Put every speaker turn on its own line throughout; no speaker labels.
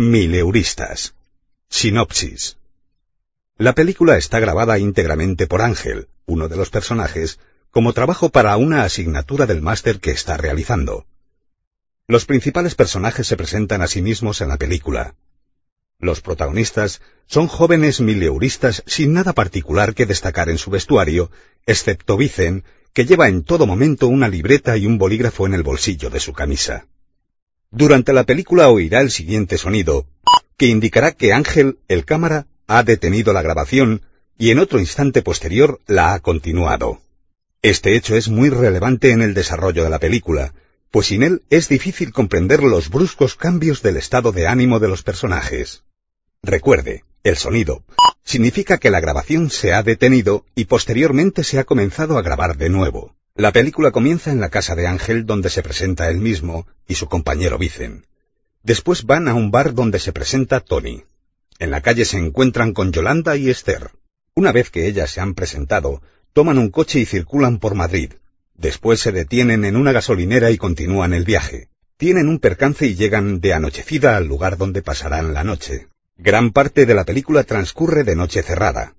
Mileuristas. Sinopsis. La película está grabada íntegramente por Ángel, uno de los personajes, como trabajo para una asignatura del máster que está realizando. Los principales personajes se presentan a sí mismos en la película. Los protagonistas son jóvenes mileuristas sin nada particular que destacar en su vestuario, excepto Vicen, que lleva en todo momento una libreta y un bolígrafo en el bolsillo de su camisa. Durante la película oirá el siguiente sonido, que indicará que Ángel, el cámara, ha detenido la grabación y en otro instante posterior la ha continuado. Este hecho es muy relevante en el desarrollo de la película, pues sin él es difícil comprender los bruscos cambios del estado de ánimo de los personajes. Recuerde, el sonido significa que la grabación se ha detenido y posteriormente se ha comenzado a grabar de nuevo. La película comienza en la casa de Ángel donde se presenta él mismo y su compañero Vicen. Después van a un bar donde se presenta Tony. En la calle se encuentran con Yolanda y Esther. Una vez que ellas se han presentado, toman un coche y circulan por Madrid. Después se detienen en una gasolinera y continúan el viaje. Tienen un percance y llegan de anochecida al lugar donde pasarán la noche. Gran parte de la película transcurre de noche cerrada.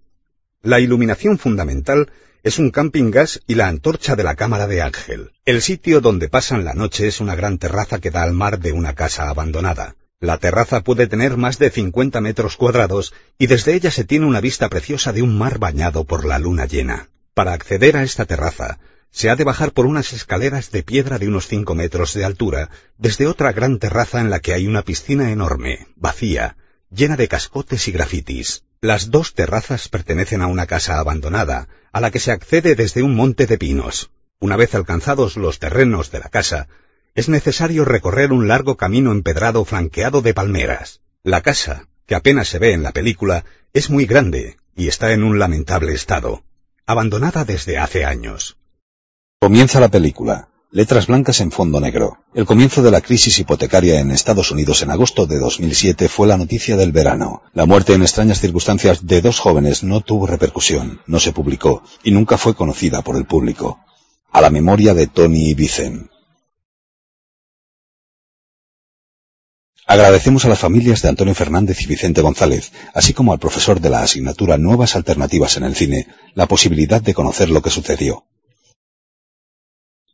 La iluminación fundamental es un camping gas y la antorcha de la cámara de Ángel. El sitio donde pasan la noche es una gran terraza que da al mar de una casa abandonada. La terraza puede tener más de 50 metros cuadrados y desde ella se tiene una vista preciosa de un mar bañado por la luna llena. Para acceder a esta terraza, se ha de bajar por unas escaleras de piedra de unos 5 metros de altura desde otra gran terraza en la que hay una piscina enorme, vacía, llena de cascotes y grafitis. Las dos terrazas pertenecen a una casa abandonada, a la que se accede desde un monte de pinos. Una vez alcanzados los terrenos de la casa, es necesario recorrer un largo camino empedrado flanqueado de palmeras. La casa, que apenas se ve en la película, es muy grande y está en un lamentable estado, abandonada desde hace años.
Comienza la película. Letras blancas en fondo negro. El comienzo de la crisis hipotecaria en Estados Unidos en agosto de 2007 fue la noticia del verano. La muerte en extrañas circunstancias de dos jóvenes no tuvo repercusión, no se publicó y nunca fue conocida por el público. A la memoria de Tony y Vicen. Agradecemos a las familias de Antonio Fernández y Vicente González, así como al profesor de la asignatura Nuevas Alternativas en el Cine, la posibilidad de conocer lo que sucedió.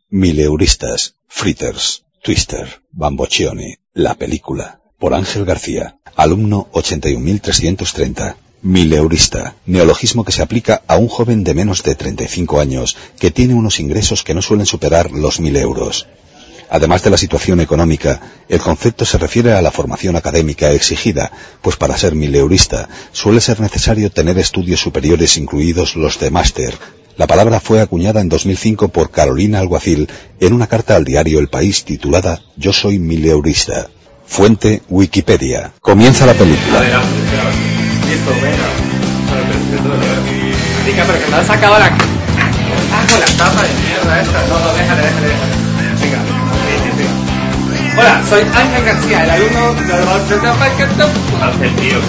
Mileuristas, Fritters, Twister, Bamboccioni, la película, por Ángel García, alumno 81.330. Mileurista, neologismo que se aplica a un joven de menos de 35 años que tiene unos ingresos que no suelen superar los 1.000 euros. Además de la situación económica, el concepto se refiere a la formación académica exigida, pues para ser mileurista suele ser necesario tener estudios superiores incluidos los de máster, la palabra fue acuñada en 2005 por Carolina Alguacil en una carta al diario El País titulada Yo soy mileurista. Fuente Wikipedia. Comienza la película.
Rica, pero que no has sacado la... Ah, con la tapa de mierda esta. No, no, déjale, déjale, déjale. Venga, venga. Hola, soy Ángel García, el alumno de la...
Ángel, tío.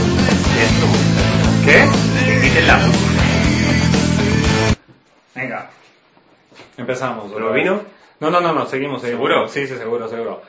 Esto.
¿Qué?
Quiten la música.
Venga. Empezamos.
¿Pero vino?
No, no, no, no, seguimos, seguimos.
¿Seguro?
Sí, sí, seguro, seguro.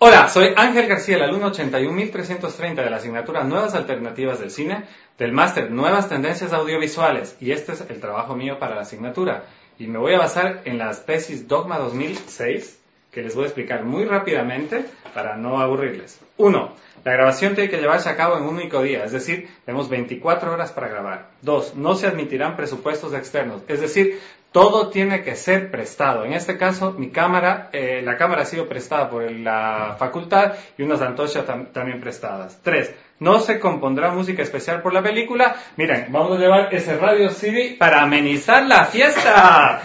Hola, soy Ángel García, el alumno 81.330 de la asignatura Nuevas Alternativas del Cine, del máster Nuevas Tendencias Audiovisuales, y este es el trabajo mío para la asignatura. Y me voy a basar en las tesis Dogma 2006, que les voy a explicar muy rápidamente para no aburrirles. 1. La grabación tiene que llevarse a cabo en un único día, es decir, tenemos 24 horas para grabar. 2. No se admitirán presupuestos externos, es decir, todo tiene que ser prestado. En este caso, mi cámara, eh, la cámara ha sido prestada por la facultad y unas antorchas tam también prestadas. 3. No se compondrá música especial por la película. Miren, vamos a llevar ese radio CD para amenizar la fiesta.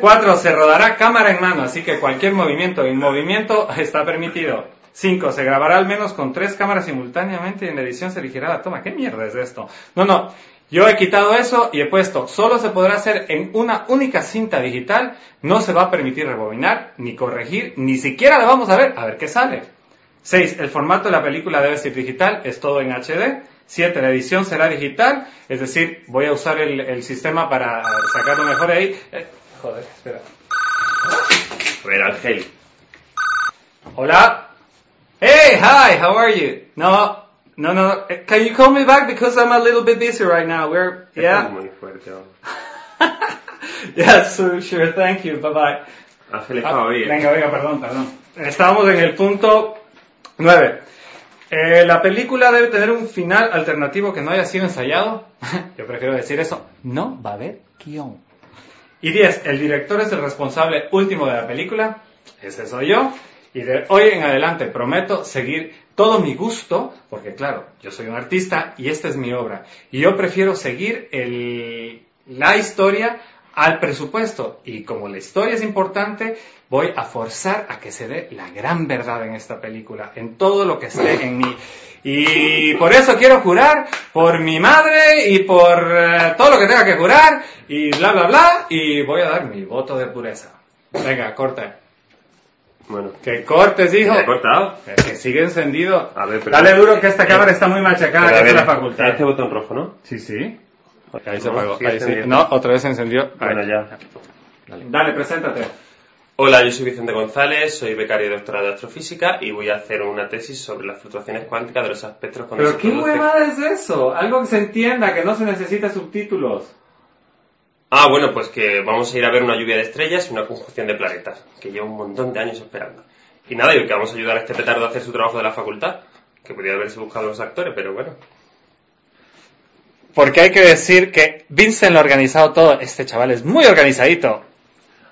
4. Se rodará cámara en mano, así que cualquier movimiento en movimiento está permitido. 5. Se grabará al menos con tres cámaras simultáneamente y en la edición se elegirá la toma. ¿Qué mierda es esto? No, no. Yo he quitado eso y he puesto, solo se podrá hacer en una única cinta digital, no se va a permitir rebobinar, ni corregir, ni siquiera la vamos a ver, a ver qué sale. 6. El formato de la película debe ser digital, es todo en HD. 7. La edición será digital, es decir, voy a usar el, el sistema para sacarlo mejor ahí. Eh, joder, espera.
A ver, Ángel.
Hola. Hey, hi, how are you? No, no, no. eh, Can you call me back because I'm a little bit busy right now. We're
Esto es
yeah.
muy fuerte. hombre.
yeah, so sure. Thank you. Bye bye.
Ángel
Ah,
estaba bien.
Venga, venga, perdón, perdón. Estábamos en el punto 9. Eh, la película debe tener un final alternativo que no haya sido ensayado. Yo prefiero decir eso. No va a haber guión. Y 10. El director es el responsable último de la película. Ese soy yo. Y de hoy en adelante prometo seguir todo mi gusto, porque claro, yo soy un artista y esta es mi obra. Y yo prefiero seguir el- la historia al presupuesto. Y como la historia es importante, voy a forzar a que se dé la gran verdad en esta película, en todo lo que esté en mí. Y por eso quiero jurar por mi madre y por eh, todo lo que tenga que jurar y bla, bla, bla. Y voy a dar mi voto de pureza. Venga, corta.
Bueno,
Que cortes, hijo.
¿me he cortado?
Es que sigue encendido.
A ver, pero-
Dale duro que esta cámara está muy
Pero
machacada,
a
que es de
ver,
la facultad.
Este botón rojo, ¿no?
Sí, sí. Ahí
No,
se apagó.
sigue
Ahí sí.
encendido.
No, otra vez se encendió.
Bueno,
Ahí.
ya.
Dale. Dale, preséntate.
Hola, yo soy Vicente González, soy becario y doctorado de astrofísica y voy a hacer una tesis sobre las fluctuaciones cuánticas de los espectros cuando
Pero
se
qué
produce-
huevada es eso. Algo que se entienda, que no se necesita subtítulos.
Ah, bueno, pues que vamos a ir a ver una lluvia de estrellas y una conjunción de planetas, que llevo un montón de años esperando. Y nada, y que vamos a ayudar a este petardo a hacer su trabajo de la facultad, que podría haberse buscado los actores, pero bueno.
Porque hay que decir que Vincent lo ha organizado todo. Este chaval es muy organizadito.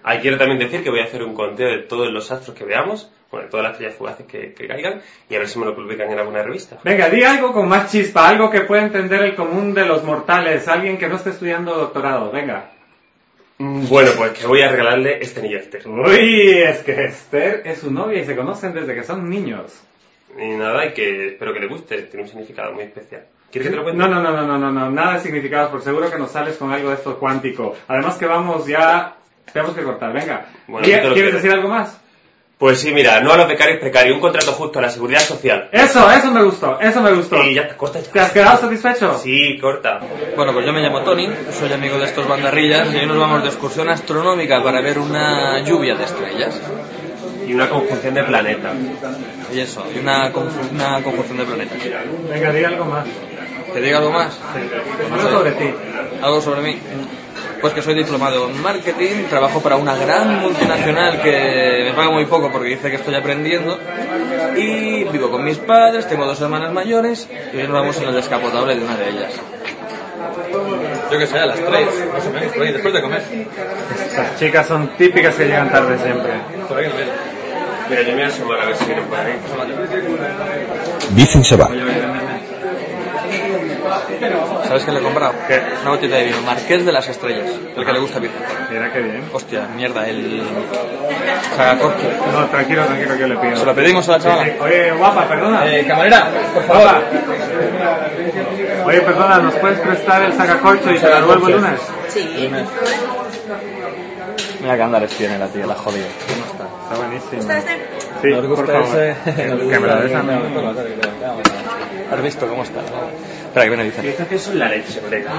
Ahí quiero también decir que voy a hacer un conteo de todos los astros que veamos, bueno, de todas las estrellas fugaces que, que caigan, y a ver si me lo publican en alguna revista.
Venga, di algo con más chispa, algo que pueda entender el común de los mortales, alguien que no esté estudiando doctorado. Venga.
Mm, Bueno, pues que voy a regalarle este anillo a Esther.
Uy, es que Esther es su novia y se conocen desde que son niños.
Y nada, y que espero que le guste, tiene un significado muy especial. ¿Quieres que te lo cuente?
No, no, no, no, no, no, no, nada de significados, por seguro que nos sales con algo de esto cuántico. Además que vamos ya, tenemos que cortar, venga.
Bueno,
Bien,
yo te lo
¿Quieres
quiero.
decir algo más?
Pues sí, mira, no a los becarios precarios, un contrato justo a la seguridad social.
Eso, eso me gustó, eso me gustó.
Y ya está, corta
¿Te
ya.
has quedado satisfecho?
Sí, corta.
Bueno, pues yo me llamo Tony, soy amigo de estos bandarrillas y hoy nos vamos de excursión astronómica para ver una lluvia de estrellas.
Y una conjunción de planetas.
Y eso, y una, confu- una conjunción de planetas.
Venga, di algo más.
¿Te digo algo más?
Habla sobre ti.
Algo sobre mí. Pues que soy diplomado en marketing, trabajo para una gran multinacional que me paga muy poco porque dice que estoy aprendiendo. Y vivo con mis padres, tengo dos hermanas mayores y hoy nos vamos en el descapotable de una de ellas. Yo que sé, a las tres, más o menos, por ahí, después de comer.
Estas chicas son típicas que llegan tarde siempre.
Por ahí nos vemos.
Mira, yo me voy a asomar a ver si vienen por ahí.
Ah,
Vicen se va.
¿Sabes qué le he comprado?
¿Qué?
Una botella de vino, Marqués de las Estrellas, el que le gusta a Virgen.
Mira qué bien.
Hostia, mierda, el. Sagacorqui.
No, tranquilo, tranquilo, que le pido.
Se lo pedimos a la chavala.
Oye, guapa, perdona.
Eh, camarera, por
Guapa. Oye, perdona, ¿nos puedes prestar el sacacorcho y te lo devuelvo el lunes?
Sí,
Mira qué andares tiene la tía, la jodida.
Está buenísimo.
¿Gusta ese?
Sí,
Nos
por
gusta
favor.
ese- nos
Que me lo
gusta-
des a mí.
Has visto cómo está. Espera, que viene Vicente.
Estas que son la leche, colega.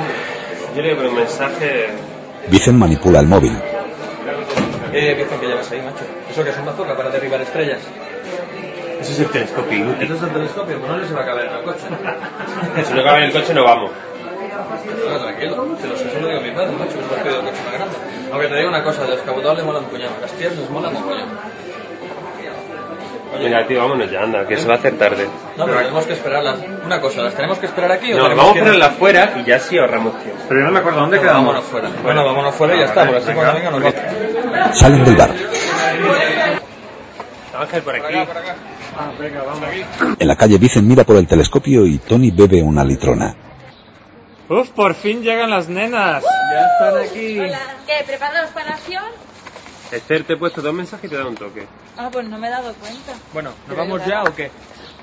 Yo le doy un mensaje.
Vicen manipula el móvil.
Eh, Vicente, que llevas ahí, macho? ¿Eso que es una bazooka para derribar estrellas?
Eso es el telescopio
Eso es el telescopio, pues no les va a caber en el coche.
Si no cabe en el coche, no vamos.
No, tranquilo, te lo sé, solo digo a mi padre, macho, es pedido coche más grande. Aunque te digo una cosa, de descapotable le mola un puñado, las tías les mola un puñado. Oye,
Venga, tío, vámonos ya, anda, que se va a hacer tarde.
No, pero tenemos que esperarlas. Una cosa, ¿las tenemos que esperar aquí o
No,
tenemos
vamos a
que...
ponerla afuera y ya sí ahorramos tiempo.
Pero yo no me acuerdo dónde
Venga,
quedamos.
Vámonos fuera. Bueno, vámonos fuera y ya está, por así cuando venga nos vamos.
Salen del bar.
Ángel, por aquí.
Ah,
En la calle Vicen mira por el telescopio y Tony bebe una litrona.
Uf, por fin llegan las nenas.
Hola. ¿Qué? ¿Preparados para la acción?
Esther, Este, te he puesto dos mensajes y te he dado un toque.
Ah, pues no me he dado cuenta.
Bueno, ¿nos vamos ya o qué?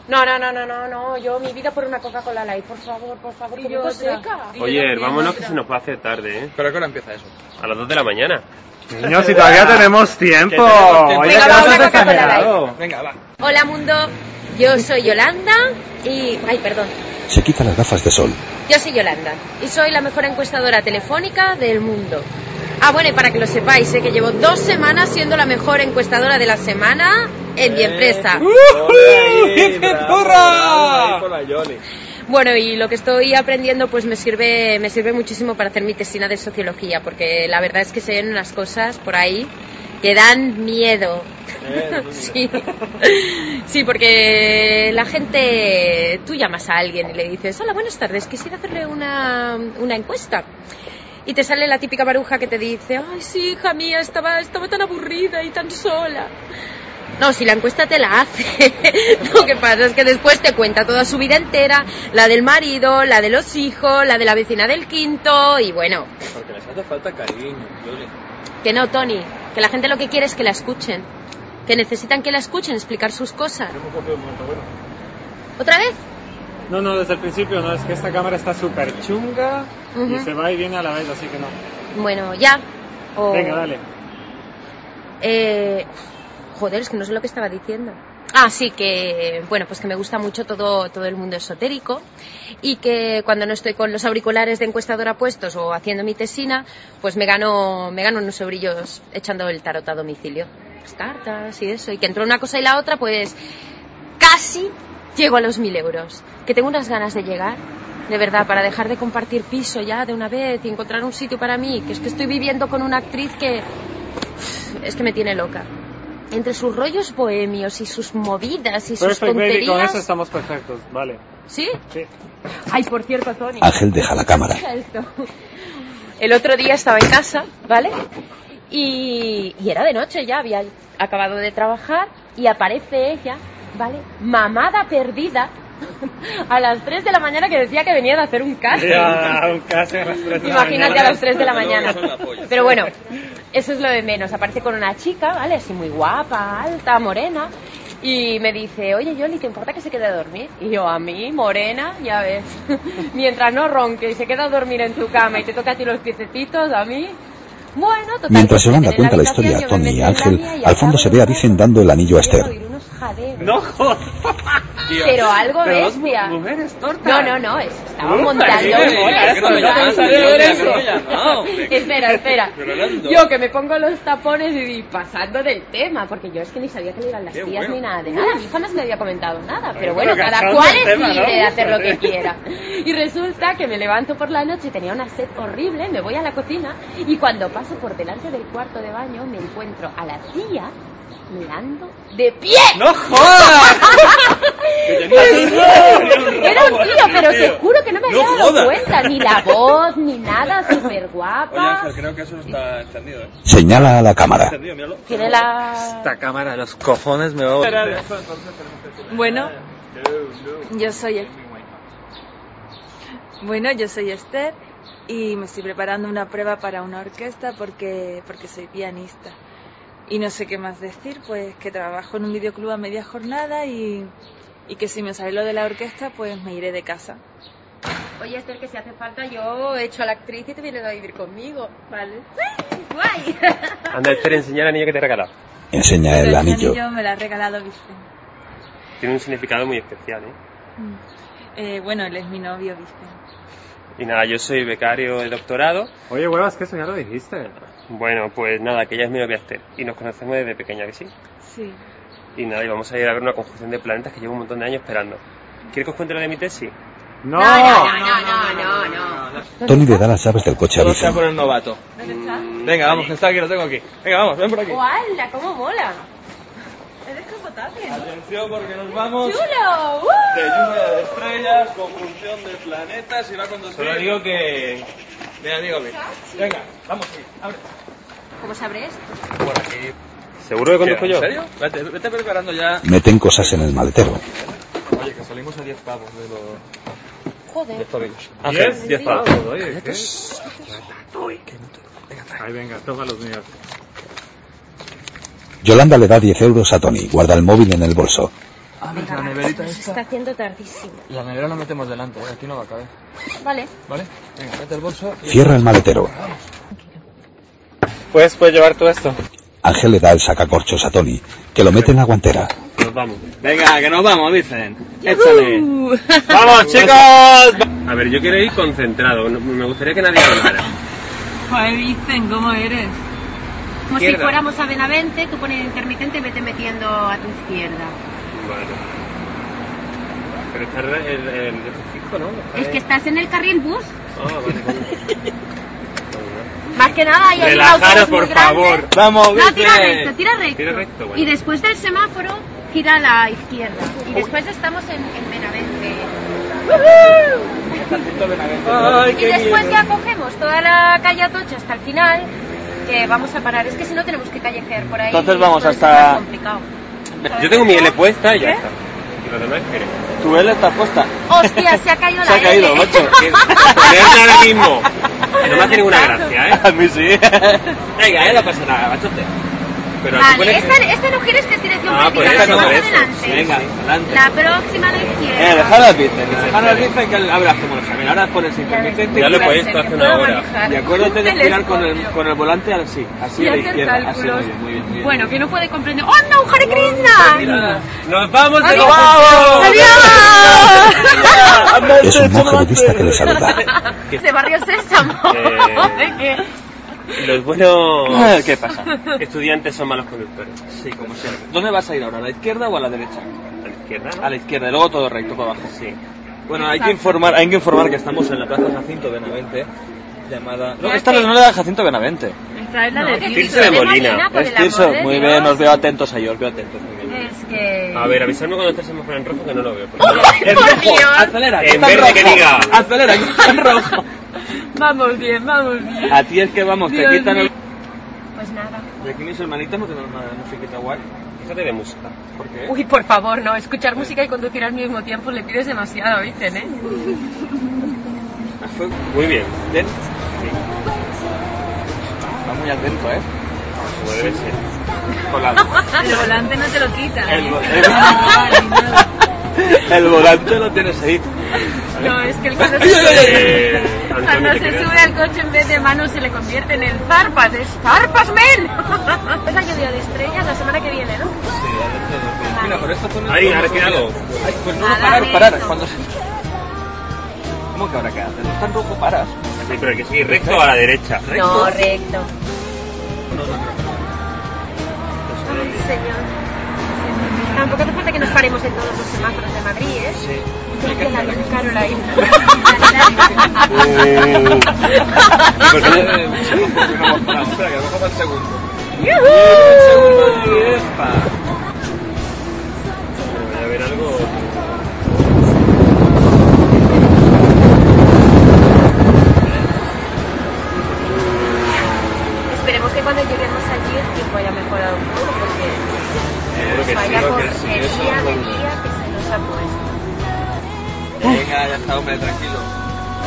No, no, no, no, no, no. Yo mi vida por una Coca-Cola Light, por favor, por favor, que
yo
vengo
otra.
seca.
Oye, vámonos que se nos va a hacer tarde, ¿eh?
¿Pero a qué hora empieza eso?
A las 2 de la mañana.
Niños, si todavía tenemos tiempo.
tenemos tiempo.
Oye,
Venga,
que
va,
no seas
una Coca-Cola
exagerado.
Venga, va.
Hola mundo, yo soy Yolanda y... Ay, perdón.
Se quita las gafas de sol.
Yo soy Yolanda y soy la mejor encuestadora telefónica del mundo. Ah, bueno, y para que lo sepáis, sé que llevo dos semanas siendo la mejor encuestadora de la semana en mi empresa. Bueno, y lo que estoy aprendiendo pues me sirve, me sirve muchísimo para hacer mi tesina de sociología, porque la verdad es que se ven unas cosas por ahí que dan miedo. sí. sí, porque la gente, tú llamas a alguien y le dices, hola, buenas tardes, quisiera hacerle una, una encuesta. Y te sale la típica baruja que te dice, ay, sí, hija mía, estaba, estaba tan aburrida y tan sola. No, si la encuesta te la hace. Lo que pasa es que después te cuenta toda su vida entera, la del marido, la de los hijos, la de la vecina del quinto y bueno,
Porque les hace falta cariño, Yoli.
que no, Tony, que la gente lo que quiere es que la escuchen, que necesitan que la escuchen, explicar sus cosas. ¿Otra vez?
No, no, desde el principio no, es que esta cámara está súper chunga y
Ujú.
se va y viene a la vez, así que no.
Bueno, ya. O-
Venga, dale.
Eh, joder, es que no sé lo que estaba diciendo. Ah, sí, que bueno, pues que me gusta mucho todo, todo el mundo esotérico y que cuando no estoy con los auriculares de encuestadora puestos o haciendo mi tesina, pues me gano, me gano unos sobrillos echando el tarot a domicilio. Las cartas y eso. Y que entre una cosa y la otra, pues casi llego a los mil euros. Que tengo unas ganas de llegar, de verdad, para dejar de compartir piso ya de una vez y encontrar un sitio para mí. Que es que estoy viviendo con una actriz que, es que me tiene loca. Entre sus rollos bohemios y sus movidas y sus
Perfect, baby, con eso
tonterías.
estamos perfectos, vale.
¿Sí?
Sí.
Ay, por cierto, Tony.
Ángel deja la cámara.
escucha esto. El otro día estaba en casa, ¿vale? Y, y era de noche ya, había acabado de trabajar y aparece ella, ¿vale? Mamada perdida a las 3 de la mañana que decía que venía de hacer un casting.
Ya, casi a las tres de la
Imagínate
mañana.
a las 3 de la
Desde luego
mañana.
que son la polla.
Pero bueno, eso es lo de menos. Aparece con una chica, ¿vale? Así muy guapa, alta, morena. Y me dice, oye, Yoli, ¿te importa que se quede a dormir? Y yo, a mí, morena, ya ves. Mientras no ronque y se queda a dormir en tu cama y te toca a ti los piececitos, a mí... Bueno, total,
Mientras
que se
Yolanda
meten en
cuenta la
habitación,
historia,
yo
Tony
me meto
y
en la
Ángel,
mía y
al fondo
acabo
se ve a
de-
Virgen dando el anillo a
Llego
Esther.
oír unos jadeos.
No jodas.
Pero algo
Pero dos
bestia.
mu- mujeres tortas.
No, no, no, es- estaba
Uy,
montando.
qué mola,
esto me
Estaba
encanta,
montando
Yoli,
eso.
a mí ya no, hombre.
espera, espera.
Pero eran dos.
Yo que me pongo los tapones y di- pasando del tema, porque yo es que ni sabía que le iban las
Qué
tías
bueno.
ni nada de nada. A mí jamás me había comentado nada, pero
pero
bueno, cada
cachando
cual
el
es
tema,
libre
¿no?
de hacer lo que
Joder.
quiera. Y resulta que me levanto por la noche, tenía una sed horrible, me voy a la cocina y cuando paso por delante del cuarto de baño me encuentro a la tía mirando de pie.
¡No jodas!
Era un tío, pero te juro que no me
No
había dado
jodas.
cuenta, ni la voz, ni nada, súper
Oye,
guapa.
Ángel, creo que eso no está encendido, ¿eh?
Señala a la cámara.
Encendido, míralo.
Tiene la...
Esta cámara, los cojones me va a volver.
Bueno, yo soy el... Bueno, yo soy Esther y me estoy preparando una prueba para una orquesta porque, porque soy pianista. Y no sé qué más decir, pues que trabajo en un videoclub a media jornada y, y que si me sale lo de la orquesta, pues me iré de casa.
Oye, Esther, que si hace falta yo echo a la actriz y te vienes a vivir conmigo, ¿vale? ¡Guay!
Anda, Esther, enseñar al niño que te he regalado.
Enseña el
Pero
anillo.
me lo ha regalado Vicente.
Tiene un significado muy especial, ¿eh?
Mm. Eh, bueno, él es mi novio, Vicente.
Y nada, yo soy becario de doctorado.
Oye, huevas, que eso ya lo dijiste.
Bueno, pues nada, que ella es mi novia Esther. Y nos conocemos desde pequeña, que sí.
Sí.
Y nada, y vamos a ir a ver una conjunción de planetas que llevo un montón de años esperando. ¿Quieres que os cuente lo de mi tesis?
No.
no, no, no, no.
Tony le da las llaves del coche a
Todo sea
Virgen.
por el novato.
¿Dónde está?
Venga, vamos, que está aquí, lo tengo aquí. Venga, vamos, ven por
Oh,
aquí.
¡Hola! ¿Cómo mola?
Es descapotable, ¿no?
Atención, porque nos vamos.
¡Chulo!
De
¡Uh!
lluvia de estrellas, conjunción de planetas y va a conducir. Solo digo que. Mira, digo que. Venga, vamos, sí, abre.
¿Cómo sabré esto?
Por aquí.
¿Seguro que conduzco yo?
¿En serio? Vete, vete preparando ya.
Meten cosas en el maletero.
Oye, que salimos a 10 pavos de los.
Joder.
de estos vídeos.
Ángel, ya está.
Oye, ¿qué? Ay, venga, toma los míos.
Yolanda le da 10 euros a Tony. Guarda el móvil en el bolso.
Ah, mira, la neverita esta.
haciendo tardísimo.
La nevera la metemos delante, eh, aquí no va a caber.
Vale.
¿Vale? Venga, mete el bolso.
Cierra el maletero.
Pues, puedes llevar tú esto.
Ángel le da el sacacorchos a Tony, que lo mete en la guantera.
Nos vamos.
Venga, que nos vamos, dicen. Échale.
¡Vamos, chicos! A ver, yo quiero ir concentrado. No- Me gustaría que nadie hablara.
Joder, Vicen, ¿cómo eres? Como si
izquierda.
fuéramos a Benavente, tú pones intermitente y vete metiendo a tu izquierda.
Vale. Pero está el, el, el, el fijo, ¿no? Está
Es que
ahí.
estás en el carril bus.
Ah, vale, vale.
Más que nada, hay ahí un
Relajaros,
autobús muy
por
grande.
favor.
Vamos,
No, tira recto, tira recto.
Tira recto, bueno.
Y después del semáforo, gira a la izquierda. Y después estamos en, en Benavente. y después ya cogemos toda la calle Atocha hasta el final, que vamos a parar. Es que si no tenemos que callejear por ahí.
Entonces vamos
puede ser
hasta-
más complicado.
Yo tengo mi L puesta y ya está. Y lo demás, que...
Tu L está puesta.
Hostia, se ha caído la
Se ha caído,
L.
macho.
Ponerla ahora mismo. Que no me hace ninguna gracia, ¿eh?
A mí sí. Venga, eh, no pasa nada, machote.
Pero aquí
Vale,
pone que-
esta, esta este, no quieres que es dirección
Ah, pues
vertical,
esta no,
más
por eso.
adelante.
Venga, adelante.
La próxima a la izquierda.
Eh, dejad las bíceps, dejad las bíceps que ahora como lo saben. Ahora pones intermitente.
Ya lo he
puedes
puesto hace una hora.
Y acuérdate de girar con el, con el volante así, así
Y
a la
hacer
izquierda. Así, muy
cálculos.
bien, muy bien, muy bien.
Bueno, que no puede comprender. ¡Oh, no, Hare Krishna!
¡Nos vamos
de
lo vamos!
¡Adiós!
Es un monje budista que le saluda.
Se barrió Sésamo.
Eh.
¿De qué?
Los buenos...
Ah, ¿Qué pasa?
Estudiantes son malos conductores.
Sí, como siempre. ¿Dónde vas a ir ahora? ¿A la izquierda o a la derecha?
A la izquierda, ¿no?
A la izquierda, y luego todo recto para abajo.
Sí.
Bueno, hay que informar, hay que informar que estamos en la Plaza Jacinto Benavente, llamada. No, esta no es la de Jacinto Benavente.
Esta es la de
Tirso de Molina.
Ah, por
Es
el amor
Tirso,
de
muy
Dios.
bien, os veo atentos ahí, os veo atentos. muy bien.
Es que...
A ver, avisadme cuando esté el semáforo en rojo que no lo veo.
¡Ay,
Es
por
rojo,
Dios!
acelera, que
En
está en
verde que
rojo.
diga.
Acelera, que está en rojo.
Vamos bien, vamos bien.
A ti es que vamos, te
Dios
quitan el.
mío. Pues nada.
De aquí mis hermanitos no tenemos nada de musiquita guay.
Fíjate de música.
¿Por qué?
Uy, por favor, no. Escuchar música y conducir al mismo tiempo le pides demasiado, ¿viste, eh?
Fue-
Muy bien.
¿Ven? Va muy atento, eh.
Como debe ser.
Colado.
El volante no te lo quita.
El, vo- el- el volante lo tienes ahí.
No, es que el cuando
Ay,
se
ay, ay,
sube,
Eh,
cuando
Antonio, ¿te
se
quieres?
sube al coche en vez de manos se le convierte en el zarpas. ¡Es zarpas, men! Es año día de estrellas la semana que viene, ¿no?
Mira, por esto pone-
Ay, ahora qué hago.
Ay, pues no, no,
Nada,
parar,
eso.
parar. Cuando se... ¿Cómo que ahora qué haces? No está en rojo, paras.
Sí, pero hay que seguir recto o a la derecha.
No, recto. Ay, señor. Tampoco hace falta que nos paremos en todos los semáforos de Madrid, ¿eh?
Sí.
Creo que la luz, Caroline. Ah,
¿Por qué no hemos parado? Espera, que cojo para el segundo.
¡Yujú!
¡Epa!
Voy a ver algo.
Esperemos que cuando lleguemos allí el tiempo haya mejorado un poco porque
Seguro que sí,
vaya
lo
con
que
el
sí.
día
Eso
de
con-
día que se nos ha puesto.
Venga, ya está, hombre, tranquilo.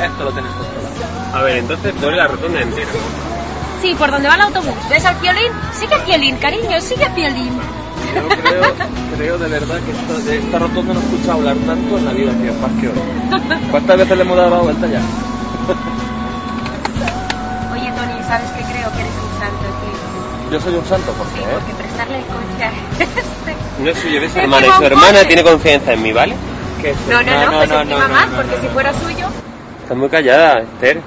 Esto lo tienes controlado.
A ver, entonces doble la rotonda entera.
Sí, por donde va el autobús. ¿Ves al piolín? Sigue a piolín, cariño, sigue a piolín.
Yo creo, creo de verdad que esto, de esta rotonda no he escuchado hablar tanto en la vida, tío, más que hoy. ¿Cuántas veces le hemos dado la vuelta ya?
Oye, Tony, ¿sabes qué creo? Que eres un santo, tío.
Yo soy un santo, ¿por
Sí,
qué? eh?
porque prestarle el coche a este...
No es suyo, de su
Es
hermana. Y
mi
su hermana
bombón.
tiene confianza en mí, ¿vale? Que es-
No, no, no,
no,
pues
no,
encima
no,
más,
no,
porque
no,
si
no.
fuera suyo...
Está muy callada, Esther.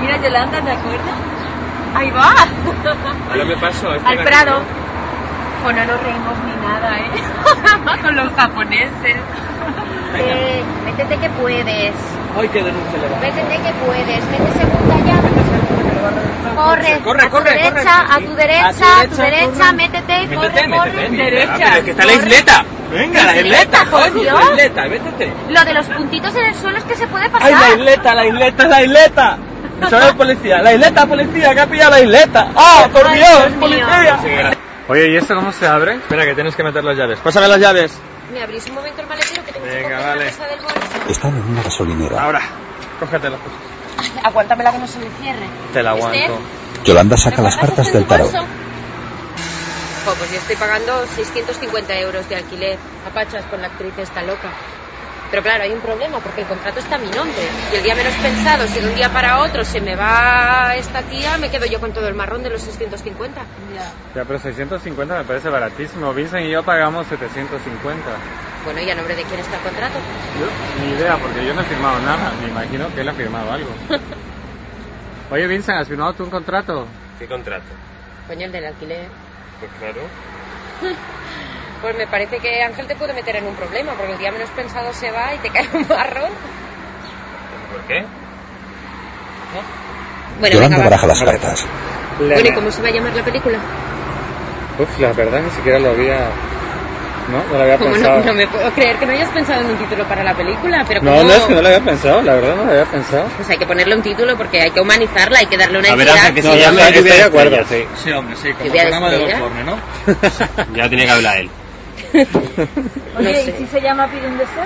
Mira, Yolanda, ¿te acuerdas? Ahí va.
Ahora me paso a este
Al
gatito.
Prado. Bueno, no reímos ni nada, ¿eh? Con los japoneses.
Eh, métete que puedes.
Ay, qué denuncia le va.
Métete que puedes. Mete segunda ya. Corre,
Corre,
a tu
corre, corre.
derecha, a tu derecha, a tu
corre.
derecha, métete,
Métete,
corre,
métete,
corre.
métete.
Ah, pero es que está la
corre.
isleta.
Venga, la isleta,
Isleta, por
coño,
Dios.
la isleta, métete.
Lo de los puntitos en el suelo es que se puede
¡Ay,
pasar.
la isleta, la isleta, la isleta! Eso es policía, la isleta, policía, que ha pillado la isleta. ¡Ah, por
Ay,
Dios,
Dios
es
mío.
policía!
Sí, gracias.
Oye, ¿y esto cómo se abre?
Espera, que tienes que meter las llaves. Pásame las llaves.
¿Me abrís un momento el maletero que tengo
que Venga, coger la vale.
del bolso?
Están en una gasolinera.
Ahora, cógete las cosas.
Aguántamela que no se me cierre.
Te la
¿Este?
aguanto.
Yolanda saca las cartas del tarot.
Jo, pues yo estoy pagando 650 euros de alquiler a Pachas con la actriz esta loca. Pero claro, hay un problema porque el contrato está a mi nombre. Y el día menos pensado, si de un día para otro se me va esta tía, me quedo yo con todo el marrón de los 650.
Ya, pero 650 me parece baratísimo. Vincent y yo pagamos 750.
Bueno, ¿y a nombre de quién está el contrato?
Yo, ni idea, porque yo no he firmado nada. Me imagino que él ha firmado algo. Oye, Vincent, ¿has firmado tú un contrato?
¿Qué contrato?
Coño, el del alquiler.
Pues claro.
Pues me parece que Ángel te puede meter en un problema, porque el día menos pensado se va y te cae un marrón.
¿Por qué?
Bueno,
Yolanda
venga, va.
baraja las cartas.
Bueno, ¿y cómo se va a llamar la película?
Uf, la verdad ni siquiera lo había... No, no lo había
Como
pensado.
no, no me puedo creer que no hayas pensado en un título para la película, pero
No,
como...
no, es que no lo había pensado, la verdad no lo había pensado.
Pues hay que ponerle un título porque hay que humanizarla, hay que darle una
A ver,
entidad.
Ángel, que
No,
se
ya
llame
está, yo estoy
Lluvia
de
de
acuerdo,
Estrellas.
sí.
hombre, sí, como
Lluvia de
programa de los
estrella.
pornes, ¿no?
Ya tenía que hablar él.
Oye,
No
¿y
sé.
si se llama Pide un deseo?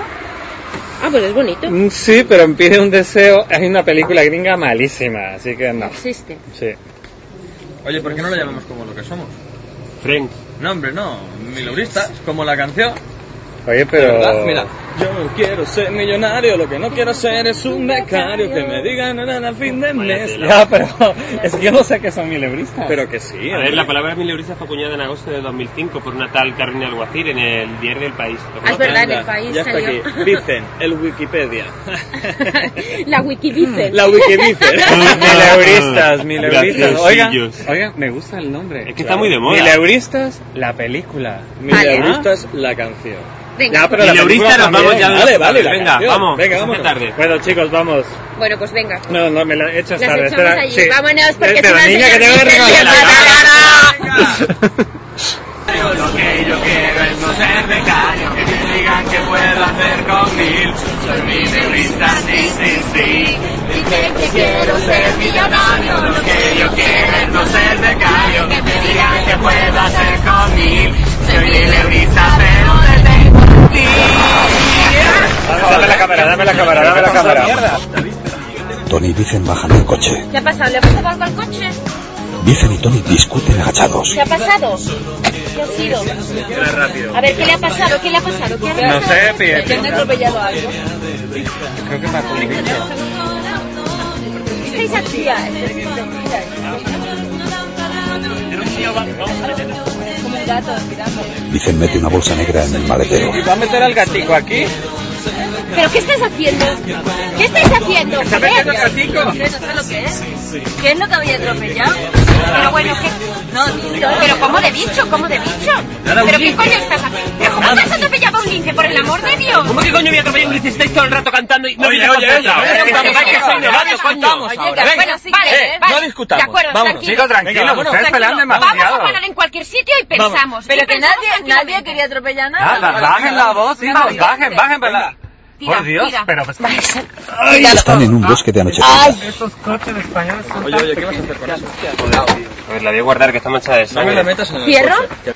Ah, pues es bonito.
Mm, Sí, pero en Pide un deseo es una película gringa malísima, así que no.
Existe.
Sí.
Oye, ¿por qué no lo llamamos como lo que somos?
Frank.
No, hombre, no. Mileuristas, como la canción.
Oye, pero...
¿Verdad? Mira, yo quiero ser millonario, lo que no quiero ser es un becario que me digan nada a fin de mes.
Ya, pero es que yo no sé que son milebristas.
Pero que sí.
A ver, la palabra mileurista fue acuñada en agosto de 2005 por una tal Carolina Alguacil en el diario del país. ¿Lo
Ah,
conoces?
es verdad, en el país
ya está
salió.
aquí. Dicen, el Wikipedia.
la wiki
Mm,
dice.
La Wikidice.
Mileuristas, mileuristas. Oigan,
Graciosillos.
oigan, me gusta el nombre.
Es que está muy de moda.
Mileuristas, la película.
Mileuristas, la canción.
Venga.
Ya, pero la
Mileurista,
película
nos vamos ya.
también.
Vale, vale, la
Venga,
canción.
vamos. que
Venga,
se hace
vámonos.
tarde.
Bueno, chicos, vamos.
Bueno, pues venga.
No, no, me la echas
Las
tarde.
echamos
Espera,
allí.
sí.
Vámonos, porque
Espera,
es una
niña, que tengo que
señorita.
recoger.
Lo que yo quiero es no ser becario, que me digan que puedo hacer con mil. Soy mileurista, sí, sí, sí. Dicen que quiero ser millonario. Lo que yo quiero es no ser becario, que me digan que puedo hacer con mil. Soy mileurista, pero desde ti.
Dame la cámara, dame la cámara, dame la cámara.
Tony y Vicen bajan del coche.
¿Qué ha pasado? ¿Le ha pasado algo al coche?
Vicen y Tony discuten agachados.
¿Qué ha pasado? ¿Qué ha sido?
rápido.
A ver, ¿qué le ha pasado? ¿Qué le ha pasado? ¿Qué ha pasado?
No sé, pide.
¿Te han atropellado algo?
Creo que me acuerdo.
Estáis aquí.
Vicen mete una bolsa negra en el maletero.
¿Y va a meter al gatico aquí?
¿Pero qué estáis haciendo? ¿Qué estáis haciendo?
¿Está
joder?
metiendo gatico?
¿Qué? ¿No sé lo que es? ¿Qué no te había atropellado? Pero bueno, ¿qué? No, no, pero ¿cómo de bicho? ¿Cómo de bicho?
Nada, un
¿Pero qué
lince.
coño estás haciendo? ¿Pero
Ah.
cómo te has atropellado a un lince? Por el amor de Dios.
¿Cómo que coño voy a atropellar un Ulises? Estáis todo el rato cantando y no
Oye,
me
oye, oye, oye,
Que
oye,
sepáis que
oye,
soy
oye,
novato,
oye,
coño.
oye,
Ahora, bueno, sí,
Venga,
vale,
eh,
vale.
no discutamos.
De acuerdo,
Vámonos.
tranquilo.
Chicos, tranquilos,
Venga, vámonos.
ustedes pelean
Vamos a
demasiado.
parar en cualquier sitio y
Vamos.
pensamos.
Pero
Y
que
pensamos
nadie,
tranquilamente.
nadie quería atropellar
Ah,
nada.
Nada, bajen la voz, hijos, bajen, bajen, ¿verdad?
Tira,
Por Dios,
tira.
pero...
Están en un bosque de anochecida.
Estos coches españoles son
Oye, oye, ¿qué vas a hacer con eso?
A ver, la voy a guardar que está manchada de
No me la
sangre.
metas en el
¿Cierro?
coche.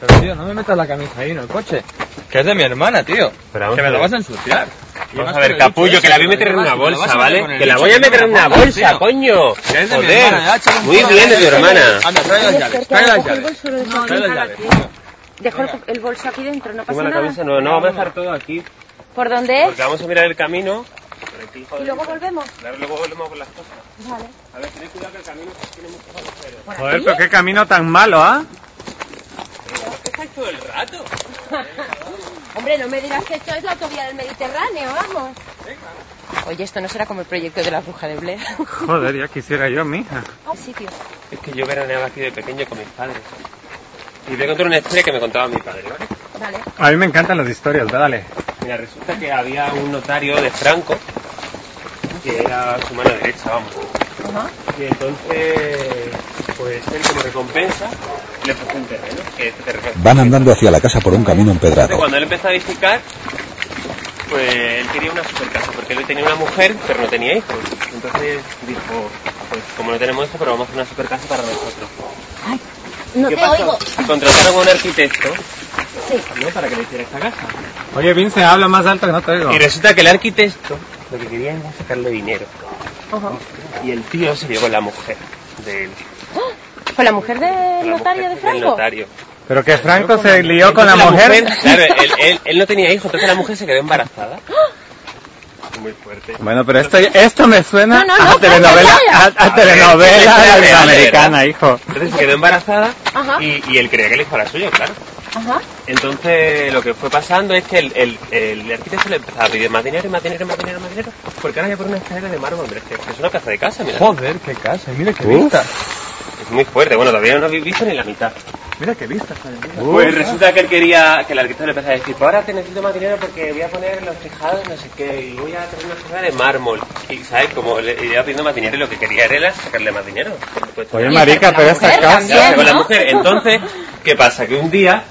Pero tío, no me metas la camisa ahí en el coche. Que es de mi hermana, tío.
Pero vamos
que
a
me la
ver.
vas a ensuciar.
Vamos a ver, capullo, que la voy a meter en una bolsa, ¿vale? Que la voy a meter en una bolsa, coño.
Que es de mi
Joder,
hermana, ya, chaval,
muy
por
bien de
favor.
tu hermana.
Anda, trae las llaves, trae las llaves. Trae las llaves.
Dejo el, el bolso aquí dentro, no
Tengo
pasa
la
nada.
camisa nueva, no, vamos a dejar todo aquí.
¿Por dónde es?
Porque vamos a mirar el camino. Por aquí, joder.
Y luego volvemos.
Claro, Luego volvemos con las cosas.
Vale.
A ver, tened cuidado que el camino tiene muchos agujeros.
Joder, pero qué camino tan malo, ¿ah?
Hombre, no me dirás que esto es la autovía del Mediterráneo, vamos.
Oye, esto no será como el proyecto de la bruja de Blair.
Joder, ya quisiera yo, mija.
Ah, sí, tío.
Es que yo veraneaba aquí de pequeño con mis padres. Y voy a contar una historia que me contaba mi padre, ¿vale?
Vale.
A mí me encantan las historias, dale.
Mira, resulta que había un notario de Franco que era su mano derecha, vamos. Y entonces, pues él como recompensa le puso un terreno. Que este terreno
Van andando hacia la casa por un camino
Entonces,
empedrado.
cuando él empezó a edificar, pues él quería una super casa, porque él tenía una mujer, pero no tenía hijos. Entonces dijo, pues como no tenemos hijos, pero vamos a hacer una super casa para nosotros.
No
¿Qué
te
pasó?
oigo.
Contrataron a un arquitecto ¿no? para que le hiciera esta casa.
Oye, Vince, habla más alto que no te oigo.
Y resulta que el arquitecto lo que quería era sacarle dinero. Y el tío se llevó la mujer del,
¿Con la mujer del
la mujer
notario de
del
Franco?
notario.
Pero que Franco se lió con la
Entonces
mujer.
claro, él, él- él no tenía hijos, entonces la mujer se quedó embarazada. Muy fuerte.
Bueno, pero esto, esto me suena
No, no, no,
a telenovela, a, a
A ver,
telenovela
esto es real,
americana,
¿verdad?
hijo.
Entonces se quedó embarazada
Ajá.
y, y él creía que el hijo era suyo, claro.
Ajá.
Entonces, lo que fue pasando es que el, el- el arquitecto le empezaba a pedir más dinero y más dinero y más dinero y más dinero. Porque ahora ya por una escalera de mármol, pero es que que es una casa de casa, mira.
Joder, qué casa, y mira qué
Uf.
vista.
Es muy fuerte, bueno, todavía no habéis visto ni la mitad.
Mira qué vista, joder. mira.
Pues resulta que él quería que el arquitecto le empezara a decir, pues ahora te necesito más dinero porque voy a poner los tejados, no sé qué, y voy a tener una escalera de mármol. Y, ¿sabes? Como le le iba pidiendo más dinero y lo que quería era sacarle más dinero. Pues,
Oye, marica, pero esta
Ya,
casa...
con la mujer. Entonces, ¿qué pasa? Que un día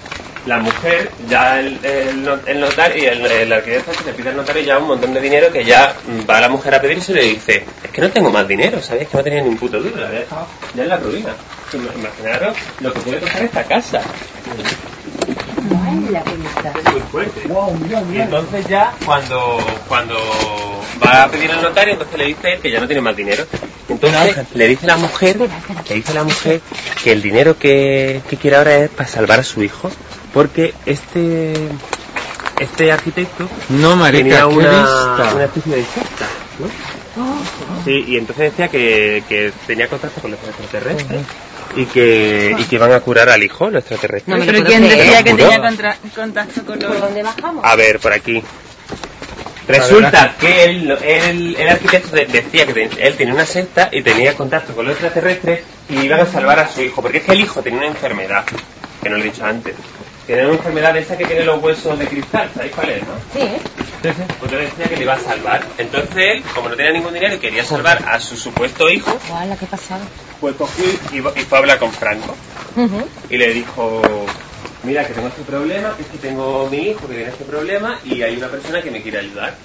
la mujer, ya el, el no- el notario, y el, el arquitecto que le pide al notario ya un montón de dinero que ya mm, va la mujer a pedirse y le dice, es que no tengo más dinero, ¿sabes? Es que no tenía ni un puto duro, la había dejado ya en la ruina. Ima- Imaginaros lo que puede costar esta casa. Es muy fuerte. Y entonces ya cuando, cuando va a pedir al notario, entonces le dice él que ya no tiene más dinero. Entonces le dice la mujer, le dice la mujer que el dinero que, que quiere ahora es para salvar a su hijo, porque este este arquitecto
No, marica,
tenía
qué
una,
vista.
una especie de secta, ¿no? Sí, y entonces decía que, que tenía contacto con los extraterrestres y que, y que iban a curar al hijo, los extraterrestres.
No me lo
Pero
puedo
¿quién
creer.
decía que
¿Juró?
tenía contra- contacto con los...
¿Dónde bajamos?
A ver, por aquí. Resulta que él, él- el arquitecto de- decía que ten- él tenía una secta y tenía contacto con los extraterrestres y iban a salvar a su hijo, porque es que el hijo tenía una enfermedad, que no lo he dicho antes. Tenía una enfermedad de esa que tiene los huesos de cristal, ¿sabéis cuál es, no?
Sí.
Porque le decía que le iba a salvar. Entonces él, como no tenía ningún dinero y quería salvar a su supuesto hijo,
Guau, qué pasada.
pues cogió y, y fue a hablar con Franco y le dijo mira que tengo este problema que es que tengo mi hijo que tiene este problema y hay una persona que me quiere ayudar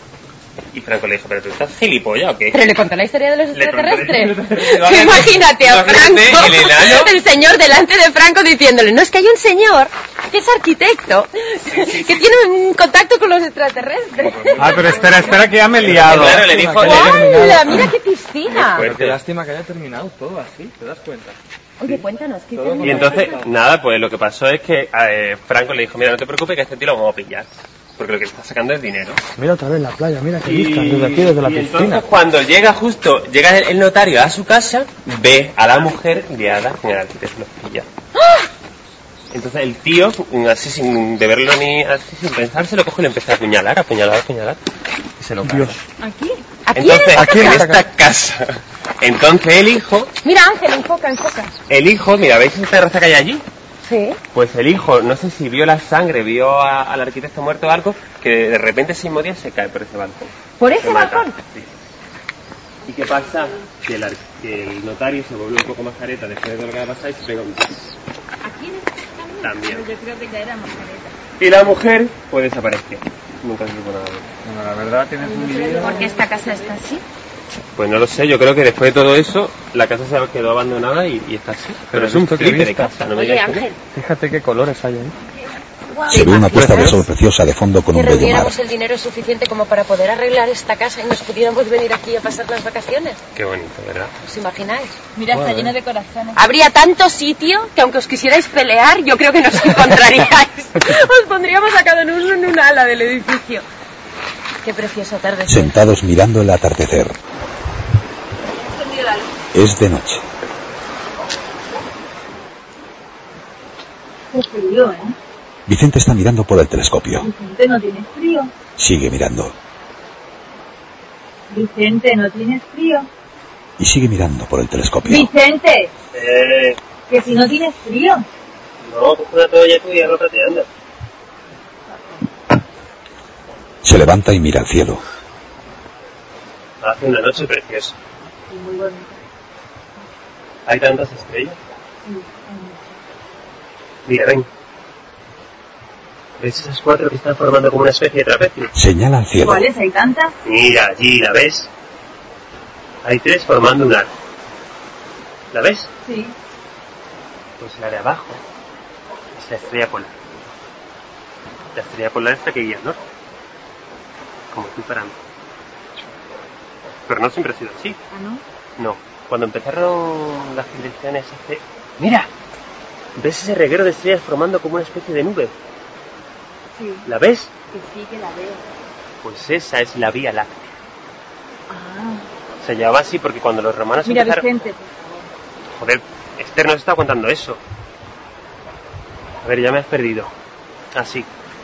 y Franco le dijo pero tú estás gilipollas o qué
Pero le contó la historia de los
Le contó la historia de los
extraterrestres.
extraterrestres.
Imagínate a
Imagínate
Franco,
el enano.
el señor delante de Franco diciéndole, no es que hay un señor que es arquitecto, que tiene un contacto con los extraterrestres.
Ah, pero espera, espera, que ya me he liado.
Claro, le dijo-
¡Hala! Mira qué piscina.
Pues,
Pero qué lástima que haya terminado todo así, ¿te das cuenta?
Oye, cuéntanos, ¿qué
y entonces nada pues lo que pasó es que eh, Franco le dijo mira no te preocupes que a este tío lo vamos a pillar porque lo que le está sacando es dinero
Mira otra vez la playa, mira qué
Y-
vista desde aquí, desde la
y
piscina.
Entonces cuando llega justo, llega el, el notario a su casa, ve a la mujer liada con el arquitecto los pilla. Entonces el tío, así sin deberlo ni así sin pensarse, lo coge y lo empieza a apuñalar, apuñalar, apuñalar. Y se lo carga.
¿Aquí? ¿Aquí
Entonces,
en esta
aquí en
casa?
esta casa. Entonces el hijo,
Mira, Ángel, enfoca, enfoca.
el hijo, mira, ¿veis esa terraza que hay allí?
Sí.
Pues el hijo, no sé si vio la sangre, vio a- al arquitecto muerto o algo, que de repente ese mismo día se cae por ese balcón.
¿Por
Se
ese
mata.
balcón?
Sí. ¿Y qué pasa? Que el, ar- que el notario se volvió un poco más careta después de lo que había pasado y se pegó un tiro. También.
Yo creo que ya era mascareta.
Y la mujer, pues desapareció. Nunca se supo nada. de ella.
Bueno, la verdad tienes un video.
Porque esta casa está así.
Pues no lo sé, yo creo que después de todo eso, la casa se quedó abandonada y, y está así. Pero, es un
visto que
flipe de
vista.
casa, no me
Oye,
digas que no.
Ángel,
Fíjate qué colores hay ahí.
Se ve una puesta de sol preciosa de fondo con
Que
un bello mar.
reuniéramos el dinero suficiente como para poder arreglar esta casa y nos pudiéramos venir aquí a pasar las vacaciones.
Qué bonito, ¿verdad?
¿Os imagináis?
Mira, está llena de corazones.
Habría tanto sitio que aunque os quisierais pelear, yo creo que nos encontraríais. os pondríamos a cada uno en un ala del edificio. Qué preciosa tarde.
Sentados mirando el atardecer. Es de noche.
frío, ¿eh?
Vicente está mirando por el telescopio.
Vicente, ¿no tienes frío?
Sigue mirando.
Vicente, ¿no tienes frío?
Y sigue mirando por el telescopio.
Vicente,
Eh,
que si no tienes frío.
no, pues una toalla tuya, no te andas.
Se levanta y mira al cielo.
Hace una noche preciosa.
Muy bonito.
Hay tantas estrellas. Mira, ven. ¿Ves esas cuatro que están formando como una especie de trapecio?
Señala al cielo.
¿Cuáles? ¿Hay tantas?
Mira, allí, ¿la ves? Hay tres formando un arco. ¿La ves?
Sí.
Pues la de abajo es la estrella polar. La estrella polar es la que guía al norte. Como tú para mí. Pero no siempre ha sido así.
¿Ah, no?
No, cuando empezaron las civilizaciones hace... ¡Mira! ¿Ves ese reguero de estrellas formando como una especie de nube?
Sí.
¿La ves?
Que sí, que la veo.
Pues esa es la Vía Láctea.
Ah.
Se llamaba así porque cuando los romanos
Mira,
empezaron...
Vicente.
Joder, Esther nos está contando eso. A ver, ya me has perdido.
Así,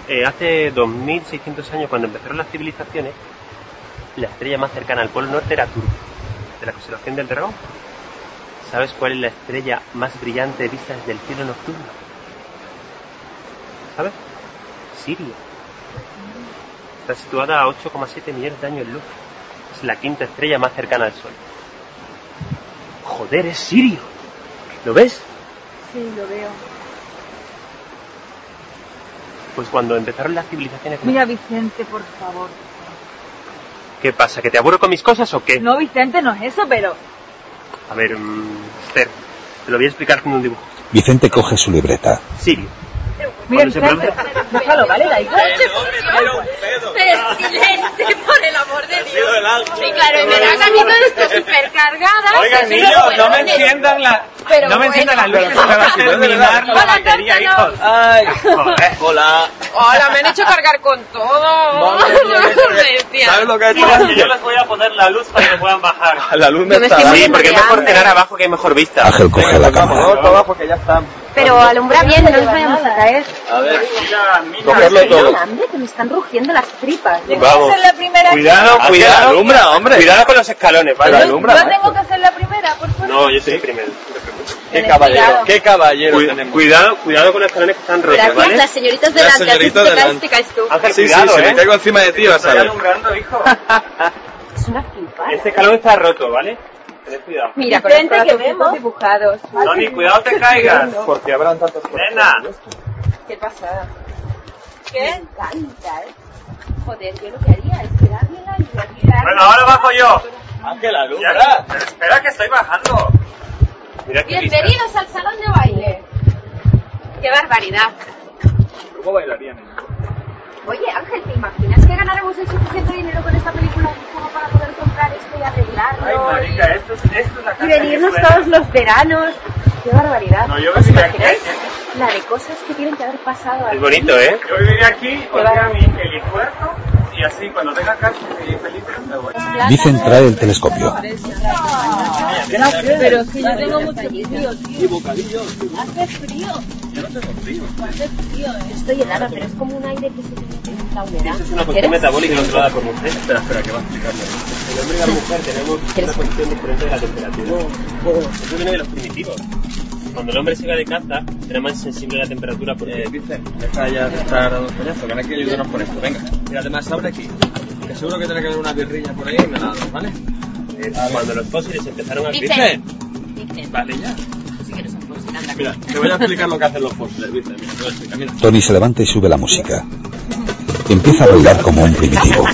eh, hace 2600 años, cuando empezaron las civilizaciones, la estrella más cercana al Polo Norte era Turbo, de la constelación del dragón. ¿Sabes cuál es la estrella más brillante vista desde el cielo nocturno? ¿Sabes? Sirio. Está situada a 8,7 millones de años luz. Es la quinta estrella más cercana al Sol. Joder, es Sirio. ¿Lo ves?
Sí, lo veo.
Pues cuando empezaron las civilizaciones...
Mira, Vicente, por favor.
¿Qué pasa? ¿Que te aburro con mis cosas o qué?
No, Vicente, no es eso, pero...
A ver, mm, Esther, te lo voy a explicar con un dibujo.
Vicente coge su libreta.
Sirio.
Mira,
Cuando se
Vicente, bájalo, ¿vale? Da igual.
Pero silente, por el amor de Dios.
sido el algo.
Sí, claro, en verano aquí todo está supercargada.
Oigan,
Pero
niños,
bueno,
no me enciendan la...
Pero
no me enciendan las luces, que me va a iluminar la batería, hijos.
Ay,
Joder. Hola.
Hola, me han hecho cargar con todo.
Madre mía, qué
¿Sabes
lo que ha hecho?
Yo les voy a poner la luz para que puedan bajar.
La luz
me
está
Sí, porque es mejor cenar abajo que hay mejor vista.
Ángel coge
pues
la cámara.
Vamos, vamos, porque ya está.
Pero alumbra bien, no nos vayamos a caer.
A ver, mira, mira.
Ay, tengo un hambre, que me están rugiendo las tripas.
Yo Vamos. quiero ser la
primera
Cuidado, cuidado. Alumbra, hombre. Cuidado con los escalones, ¿vale?
tengo que ser la primera, por favor.
No, yo soy el primero.
Qué caballero, Cuidado.
qué caballero tenemos. Cuidado, cuidado con los escalones que están rotos,
Gracias,
¿vale?
las
Las
señoritas delante. así
señoritas
te caes,
delante.
te caes tú.
Ángel,
Sí, sí,
cuidado,
si
¿eh?
me caigo encima de ti, vas a
Estoy
ver.
alumbrando, hijo.
Es una flipada.
Este escalón está roto, ¿vale? Tened
Ah.
cuidado.
Mira, con los que vemos dibujados.
Tony, cuidado te caigas. Porque habrán tantos... Nena.
Qué pasada. ¿Qué? Me encanta, ¿eh? Joder, yo lo que haría es quedármela y olvidarla.
Bueno, ahora bajo yo. Ángel, alumbra. Espera que estoy bajando. Mira qué vista.
Bienvenidos al salón de baile. Qué barbaridad.
¿Cómo bailarían?
Oye, Ángel, ¿te imaginas que ganáramos el suficiente dinero con esta película como para poder comprar esto y arreglarlo?
Ay, marica, esto es, esto es la
y
casa
venirnos
que suena.
todos los veranos. Qué barbaridad.
No, yo
¿Os
viviría
imagináis
aquí,
la de cosas que tienen que haber pasado aquí?
Es bonito, ¿eh? Yo viviré aquí, pondré mi helipuerto y así cuando tenga casa y feliz ¿eh? me voy.
Vicente trae el telescopio.
Pero
si yo tengo mucho frío,
Y bocadillos.
Hace frío.
Yo no tengo frío.
Hace frío.
eh.
Estoy helada, pero es como un aire que se te mete en la humedad.
Eso es una cuestión metabólica controlada por mujeres. Espera, espera, que va a explicarlo. El hombre y la mujer tenemos una cuestión diferente de la temperatura. Eso viene de los primitivos. Cuando el hombre se va de caza, era más sensible a la temperatura porque... Eh,
Está ya, está dando un coñazo, que no hay que ayudarnos por esto. Venga, mira, además abre aquí. Que seguro que tiene que haber una birrilla por ahí y me la das, ¿vale?
cuando los fósiles empezaron a...
Vicente.
Vale, ya.
Mira, te voy a explicar lo que hacen los fósiles, ¿viste? Mira, te voy a explicar, mira.
Tony se levanta y sube la música. Empieza a bailar como un primitivo.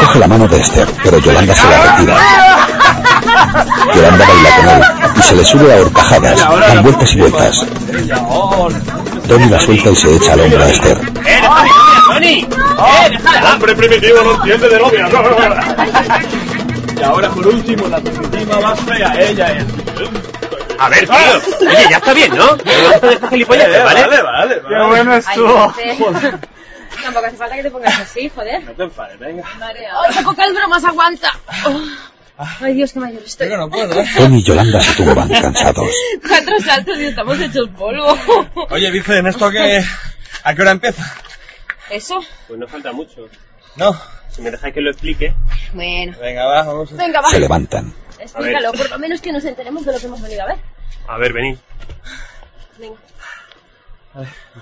Coge la mano de Esther, pero Yolanda se la retira. Yolanda baila con él y se le sube a horcajadas, dan vueltas y vueltas. Tony la suelta y se echa al hombro a Esther.
¡Eh, Tony! ¡Eh,
¡Hombre primitivo no entiende de novia!
Y ahora, por último, la primitiva más fea, ella es.
A ver, tío. Oye, ya está bien, ¿no? Basta de estas gilipolleces, Ah. Eh, ¿vale?
Vale, vale, vale.
Ay, Vicente. Tampoco hace falta que te pongas así, joder.
No te enfades, venga.
Ay, saco que el bromas aguanta.
Ah.
Ay, Dios, qué mayor estoy.
¿eh?
Tony y Yolanda se tumban cansados.
Cuatro saltos y estamos hechos polvo.
Oye, Vicente, ¿esto qué? ¿A qué hora empieza?
¿Eso?
Pues no falta mucho.
No.
Si me dejáis que lo explique.
Bueno.
Venga, va, vamos.
Venga, va.
Se levantan.
Explícalo, por lo menos que nos enteremos de lo que hemos venido a ver.
A ver, venid.
Venga.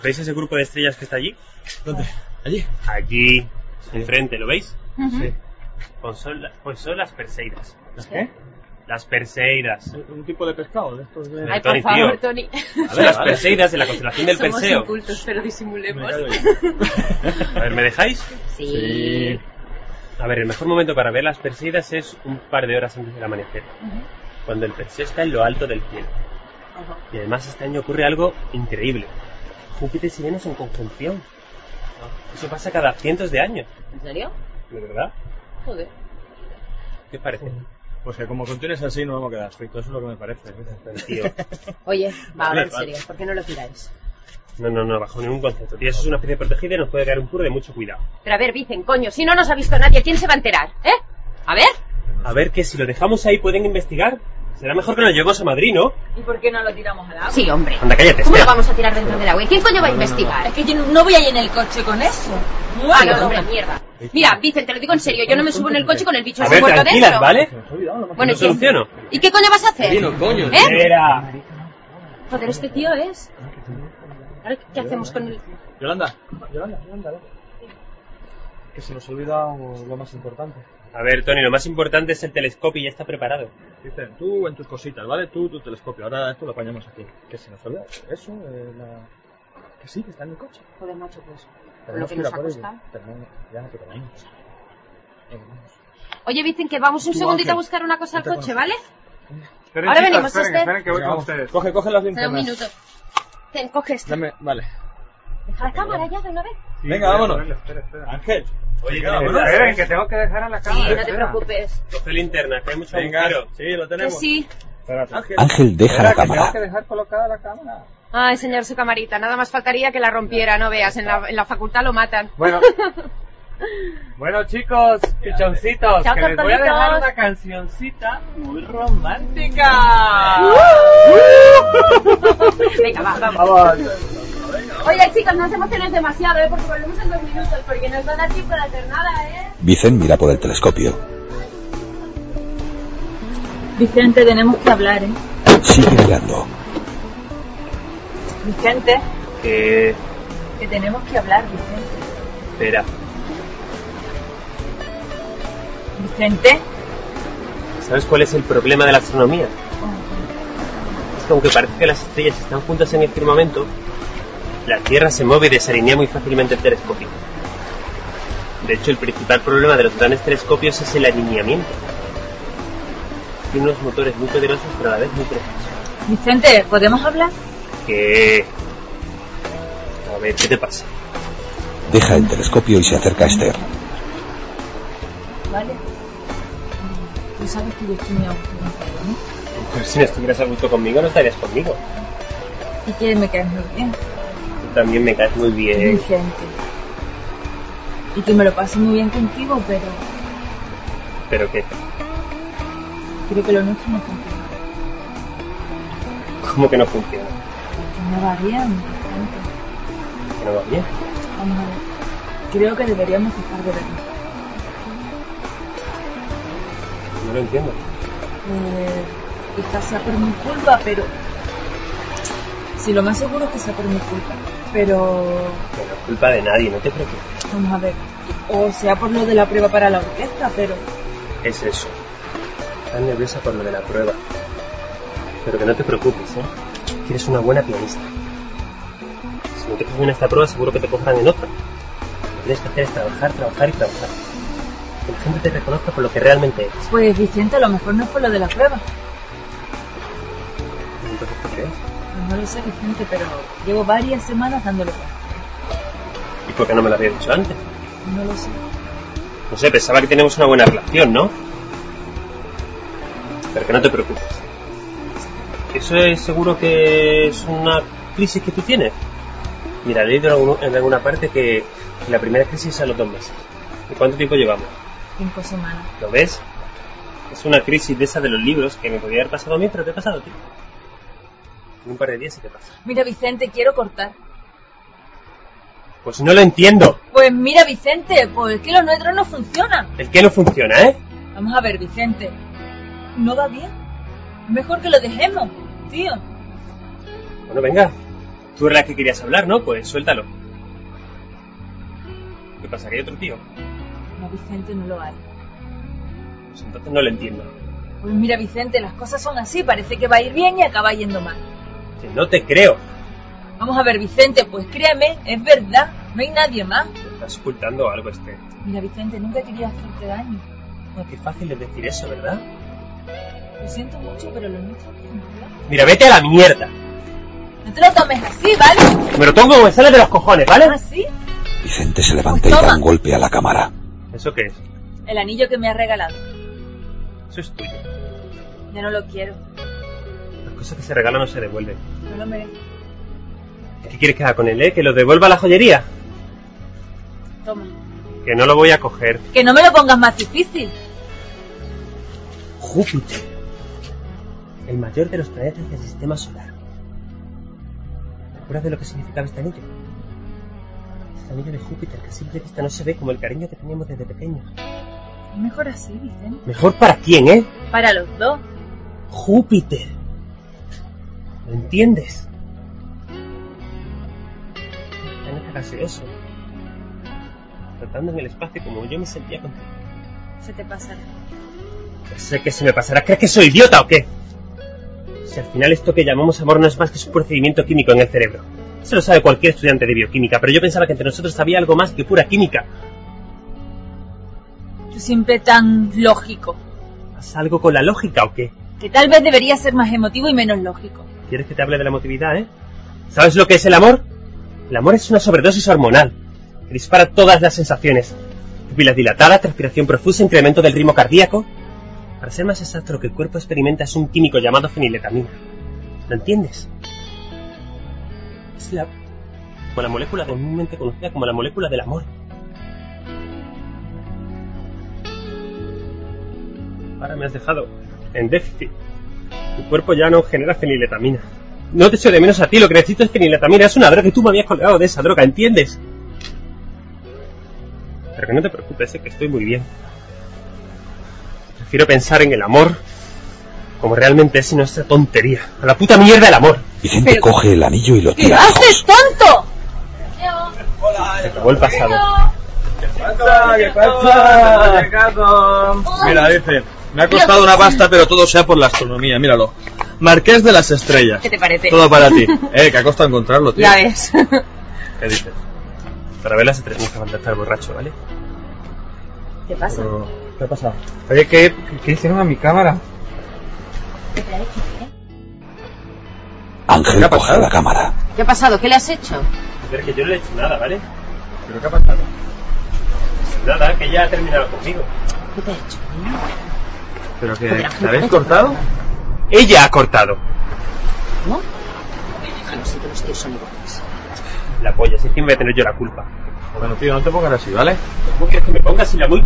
¿Veis ese grupo de estrellas que está allí?
¿Dónde? ¿Allí?
Aquí, enfrente, ¿lo veis?
Ujú. Sí.
Pues son, la- pues son las perseidas. ¿Las
qué?
Las perseidas.
Un tipo de pescado de estos de...
Ay, Tony, por favor, tío.
Tony.
Son las perseidas de la constelación del
Somos
Perseo.
incultos, pero disimulemos.
A ver, ¿me dejáis?
Sí.
A ver, el mejor momento para ver las perseidas es un par de horas antes del amanecer, cuando el Perseo está en lo alto del cielo. Y además este año ocurre algo increíble. Júpiter y Venus en conjunción. Eso pasa cada cientos de años,
¿En serio?
¿de verdad?
Joder.
¿Qué os parece?
Pues que como continúes así no vamos a quedar fritos, eso es lo que me parece.
Tío.
Oye, va, ahora en
Vale, vale.
serio, ¿por qué no lo tiráis?
No, no, no, bajo ningún concepto. Tío, eso es una especie protegida y nos puede caer un puro de mucho cuidado.
Pero a ver, Vicen, coño, si no nos ha visto nadie, ¿quién se va a enterar? ¿Eh? A ver.
A ver que si lo dejamos ahí pueden investigar. Será mejor que lo llevemos a Madrid, ¿no?
¿Y por qué no lo tiramos al agua?
Sí, hombre.
Anda, cállate,
¿Cómo
espera.
lo vamos a tirar dentro del agua? ¿Y quién coño va a
No, no, no,
investigar?
Es que yo no voy a ir en el coche con eso.
Ah,
Bueno,
no, hombre, mierda. Mira, Vicente, te lo digo en serio, yo no me subo en el coche con el bicho
A
ese
ver,
muerto
tranquilas,
dentro.
¿vale?
Bueno,
Lo
¿y quién-
soluciono.
¿Y qué coño vas a hacer?
Dino, coño,
¿Eh?
espera.
Joder, este tío es. Ahora, ¿qué hacemos con él?
Yolanda. Yolanda, Yolanda, ven. Que se nos olvida lo más importante.
A ver, Tony, lo más importante es el telescopio y ya está preparado.
Dicen, tú en tus cositas, ¿vale? Tú, tu telescopio. Ahora esto lo apañamos aquí. Que se nos olvida eso, eh, la... Que sí, que está en el coche.
Joder, macho, pues.
Tenemos
lo que
ir
nos
a
ha
por ello.
costado.
Tenemos- Ya, pero vamos. Eh, vamos.
Oye, Vicente, que vamos un
Tú,
segundito
Ángel,
a buscar una cosa al
vete con
coche,
nosotros.
¿vale?
Esperen,
Ahora
chicas,
venimos,
esperen,
Esther.
esperen que voy con ustedes. Coge, coge las
Espera un
linternas.
minuto. Ten, coge esto.
Dame, vale.
Deja la cámara ya de una vez.
Venga, vámonos. Ángel. Oye,
Esperen, que tengo que dejar a la
Sí,
cámara.
no te preocupes.
Coge linterna, que hay mucho
Venga,
agujero.
Sí, lo
Que sí.
Ángel.
Ángel deja la cámara.
que dejar colocada la cámara. Ay, señor, su camarita. Nada más faltaría que la rompiera, no veas. En la, en la facultad lo matan.
Bueno. Bueno, chicos, pichoncitos,
Chao,
que les voy a
tortolitos.
dejar una cancioncita muy romántica.
Ah,
Venga, va, vamos.
Oye, chicos, no os emocionéis demasiado, ¿eh? Porque volvemos en dos minutos, porque nos van a tiempo de hacer nada, ¿eh?
Vicen mira por el telescopio.
Vicente, tenemos que hablar, ¿eh?
Sigue mirando.
Vicente,
Eh,
que tenemos que hablar, Vicente.
espera.
Vicente,
¿Sabes cuál es el problema de la astronomía? Es que aunque parece que las estrellas están juntas en el firmamento, la Tierra se mueve y desalinea muy fácilmente el telescopio. De hecho, el principal problema de los grandes telescopios es el alineamiento. Tiene unos motores muy poderosos pero a la vez muy precisos.
Vicente, ¿podemos hablar?
¿Qué? A ver, ¿qué te pasa?
Deja el telescopio y se acerca a Esther.
Vale. Mm, Tú sabes que yo estoy muy aburrida, ¿no?
Pues si no estuvieras a gusto conmigo, no estarías conmigo.
Y que me caes muy bien,
Tú también me caes muy bien.
Vicente. Y que me lo paso muy bien contigo, pero
¿Pero qué?
creo que lo nuestro no funciona.
¿Cómo que no funciona?
Que No va bien, Vicente.
¿Que no va bien?
Vamos a ver. Creo que deberíamos dejar de vernos.
No lo entiendo.
Eh, quizás sea por mi culpa, pero... Sí, lo más seguro es que sea por mi culpa. Pero...
No es culpa de nadie, no te preocupes.
Vamos a ver. O sea por lo de la prueba para la orquesta, pero...
Es eso. Estás nerviosa por lo de la prueba. Pero que no te preocupes, ¿eh? Que eres una buena pianista. Si no te cogen en esta prueba, seguro que te cogerán en otra. Lo que tienes que hacer es trabajar, trabajar y trabajar. Que la gente te reconozca por lo que realmente eres.
Pues Vicente, a lo mejor no fue lo de la prueba.
Entonces, ¿qué crees?
Pues No lo sé, Vicente, pero llevo varias semanas dándole vueltas.
¿Y por qué no me lo habías dicho antes?
No lo sé.
No sé, pensaba que teníamos una buena relación, ¿no? Pero que no te preocupes. Eso es seguro que es una crisis que tú tienes. Mira, he leído en, alguno- en alguna parte que la primera crisis es a los dos meses. ¿Y cuánto tiempo llevamos?
Cinco semanas.
¿Lo ves? Es una crisis de esa de los libros que me podría haber pasado a mí, pero te ha pasado a ti. En un par de días se te pasa.
Mira, Vicente, quiero cortar.
Pues no lo entiendo.
Pues mira, Vicente, pues es que lo nuestro no funciona.
El que no funciona, ¿eh?
Vamos a ver, Vicente. No va bien. Mejor que lo dejemos, tío.
Bueno, venga. Tú eras la que querías hablar, ¿no? Pues suéltalo. ¿Qué pasa? ¿Que hay otro tío?
No, Vicente, no lo hay.
Pues entonces no lo entiendo.
Pues mira, Vicente, las cosas son así. Parece que va a ir bien y acaba yendo mal.
Que no te creo.
Vamos a ver, Vicente, pues créeme, es verdad. No hay nadie más.
Me estás ocultando algo este.
Mira, Vicente, nunca quería hacerte daño.
Ah, qué fácil es decir eso, ¿verdad?
Lo siento mucho, pero lo nuestro no funciona.
Mira, vete a la mierda.
No te lo tomes así, ¿vale?
Me lo tomo como me sale de los cojones, ¿vale?
¿Así?
Vicente se levanta y da un golpe a la cámara.
¿Eso qué es?
El anillo que me has regalado.
Eso es tuyo.
Ya no lo quiero.
Las cosas que se regalan no se devuelven.
No lo merezco.
¿Qué quieres que haga con él, eh? ¿Que lo devuelva a la joyería?
Toma.
Que no lo voy a coger.
Que no me lo pongas más difícil.
Júpiter. el mayor de los planetas del sistema solar. ¿Te acuerdas de lo que significaba este anillo? Es el anillo de Júpiter que a simple vista no se ve como el cariño que teníamos desde pequeños.
Mejor así, Vicente.
Mejor para quién, ¿eh?
Para los dos.
Júpiter. ¿Lo entiendes? Un Planeta este gaseoso. Flotando en el espacio como yo me sentía contigo.
Se te pasará.
Ya sé que se me pasará. ¿Crees que soy idiota o qué? Si al final esto que llamamos amor no es más que un procedimiento químico en el cerebro. Eso lo sabe cualquier estudiante de bioquímica, pero yo pensaba que entre nosotros había algo más que pura química.
Tú siempre tan lógico.
¿Haz algo con la lógica o qué?
Que tal vez debería ser más emotivo y menos lógico.
¿Quieres que te hable de la emotividad, eh? ¿Sabes lo que es el amor? El amor es una sobredosis hormonal que dispara todas las sensaciones. Pupilas dilatadas, transpiración profusa, incremento del ritmo cardíaco. Para ser más exacto, lo que el cuerpo experimenta es un químico llamado feniletamina. ¿Lo entiendes? Es la, como la molécula comúnmente conocida como la molécula del amor. Ahora me has dejado en déficit. Tu cuerpo ya no genera feniletamina. No te echo de menos a ti, lo que necesito es feniletamina. Es una droga y tú me habías colgado de esa droga, ¿entiendes? Pero que no te preocupes, sé que estoy muy bien. Prefiero pensar en el amor como realmente es y no esta tontería. A la puta mierda el amor.
Vicente coge el anillo y lo
¿Qué
tira.
haces, tonto?
Se acabó el pasado.
¿Qué pasa? Mira, dice, me ha costado una pasta, pero todo sea por la astronomía, míralo. Marqués de las estrellas.
¿Qué te parece?
Todo para ti. Eh, que ha costado encontrarlo, tío.
Ya ves.
¿Qué dices?
Para verla se tenemos que mandar borracho, ¿vale?
¿Qué pasa?
¿Qué ha pasado?
Oye, ¿qué, qué hicieron a mi cámara?
Ángel coge la cámara.
¿Qué ha pasado? ¿Qué le has hecho?
Pero que yo no le he hecho nada, ¿vale?
¿Pero qué ha pasado?
Nada, que ya ha terminado conmigo.
¿Qué te ha hecho?
¿Pero que la habéis cortado?
Ella ha cortado.
¿No? Déjalo, sí que los tíos son iguales.
La polla, si es que voy a tener yo la culpa.
Bueno, tío, no te pongas así, ¿vale?
¿Cómo quieres que me pongas si la muy...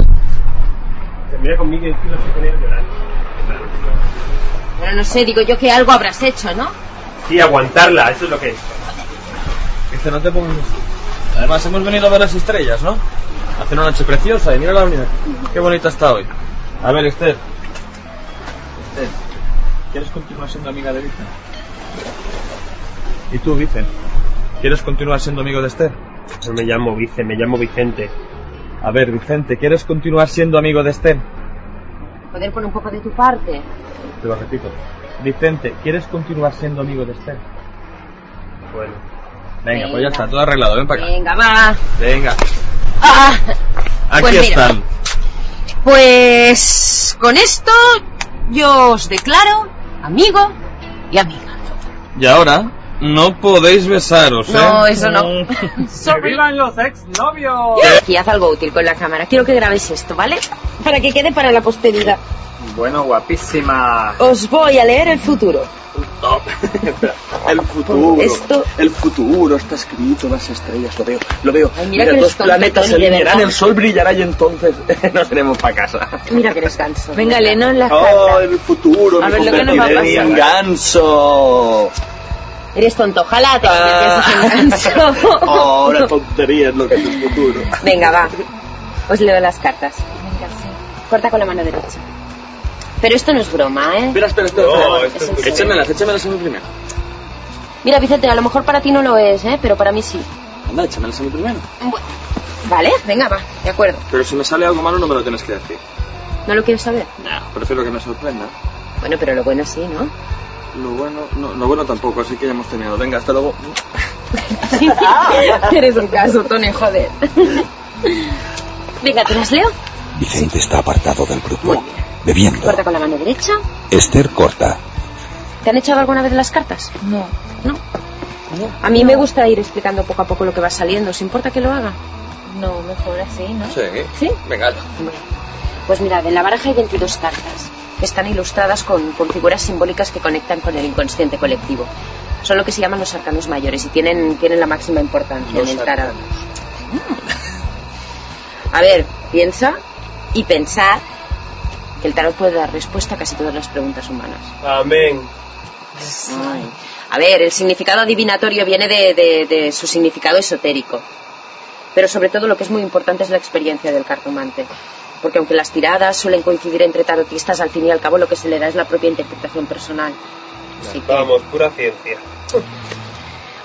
Termina conmigo y lo que tener llorando.
Bueno, no sé, digo yo que algo habrás hecho, ¿no?
Sí, aguantarla, eso es lo que es.
Dice, no te pongas así. Además, hemos venido a ver las estrellas, ¿no? Hace una noche preciosa y mira la unidad. Qué bonita está hoy. A ver, Esther. Esther, ¿quieres continuar siendo amiga de Vicen? ¿Y tú, Vicen? ¿Quieres continuar siendo amigo de Esther?
No me llamo Vice, me llamo Vicente.
A ver, Vicente, ¿quieres continuar siendo amigo de Esther? eh.
Poder poner un poco de tu parte.
Te lo repito. Vicente, ¿quieres continuar siendo amigo de Esther?
Bueno,
Venga,
Venga.
pues ya está, todo arreglado, ven para acá.
Venga, va.
Venga,
Ah,
aquí
Pues mira.
están.
pues con esto yo os declaro amigo y amiga.
Y ahora, no podéis besaros, ¿eh?
No, eso no.
¡Que
Sorry.
vivan los exnovios!
Aquí haz algo útil con la cámara. Quiero que grabéis esto, ¿vale? Para que quede para la posteridad.
Bueno, guapísima.
Os voy a leer el futuro.
El futuro.
Esto-
El futuro está escrito en las estrellas. Lo veo, lo veo.
Ay, mira que eres
los
tonto,
planetas se
Tony, de
alinearán,
verdad.
el sol brillará y entonces nos iremos para casa.
Mira que descanso.
Venga, léenos las
Oh,
cartas.
el futuro.
A
me
ver lo que nos va a
convertiré en
pasar.
ganso.
Eres tonto, ojalá te conviertas en ganso.
Ahora tontería es lo que es el futuro.
Venga, va. Os leo las cartas.
Venga, sí.
Corta con la mano derecha. Pero esto no es broma, ¿eh?
Espera, espera, espera.
No,
espera.
es en serio.
Échamelas, échamelas a mí primero.
Mira, Vicente, a lo mejor para ti no lo es, ¿eh? Pero para mí sí.
Anda, échamelas a mí primero.
Bueno, vale, venga, va. De acuerdo.
Pero si me sale algo malo no me lo tienes que decir.
¿No lo quieres saber?
No, prefiero que me sorprenda.
Bueno, pero lo bueno sí, ¿no?
Lo bueno, no, lo bueno tampoco, así que ya hemos terminado. Venga, hasta luego.
Eres un caso, Tony, joder. Venga, ¿te las leo?
Vicente está apartado del grupo,
Muy bien.
bebiendo.
Corta con la mano derecha.
Esther corta.
¿Te han echado alguna vez las cartas?
No.
No. A mí me gusta ir explicando poco a poco lo que va saliendo. ¿Os importa que lo haga?
No, mejor así, ¿no?
¿Sí?
Venga.
Bueno, pues mirad, en la baraja hay 22 cartas. Están ilustradas con, con figuras simbólicas que conectan con el inconsciente colectivo. Son lo que se llaman los arcanos mayores y tienen, tienen la máxima importancia
Los
en el tarot. Mm. A ver, piensa y pensad que el tarot puede dar respuesta a casi todas las preguntas humanas.
Amén.
Ay. A ver, el significado adivinatorio viene de, de- de su significado esotérico. Pero sobre todo lo que es muy importante es la experiencia del cartomante. Porque aunque las tiradas suelen coincidir entre tarotistas, al fin y al cabo lo que se le da es la propia interpretación personal.
Vamos, pura ciencia.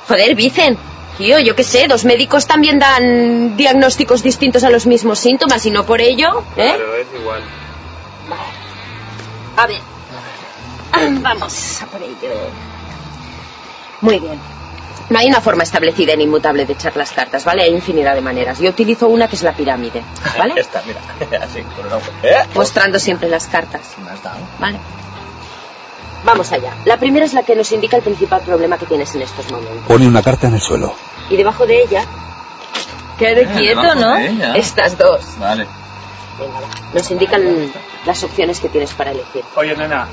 Joder, Vicen, tío, yo qué sé, los médicos también dan diagnósticos distintos a los mismos síntomas y no por ello, ¿eh?
Claro, es igual.
A ver. Ah, Vamos a por ello. Muy bien. No hay una forma establecida e inmutable de echar las cartas, ¿vale? Hay infinidad de maneras. Yo utilizo una que es la pirámide, ¿vale?
Esta, mira. Así, con un ojo. ¿Eh?
Pues,
Mostrando siempre las cartas,
Me has dado.
¿vale? Vamos allá. La primera es la que nos indica el principal problema que tienes en estos momentos.
Pone una carta en el suelo.
Y debajo de ella... Quédate
Eh, quieto, debajo ¿no? de ella.
Estas dos
Vale.
nos indican las opciones que tienes para elegir.
Oye, nena,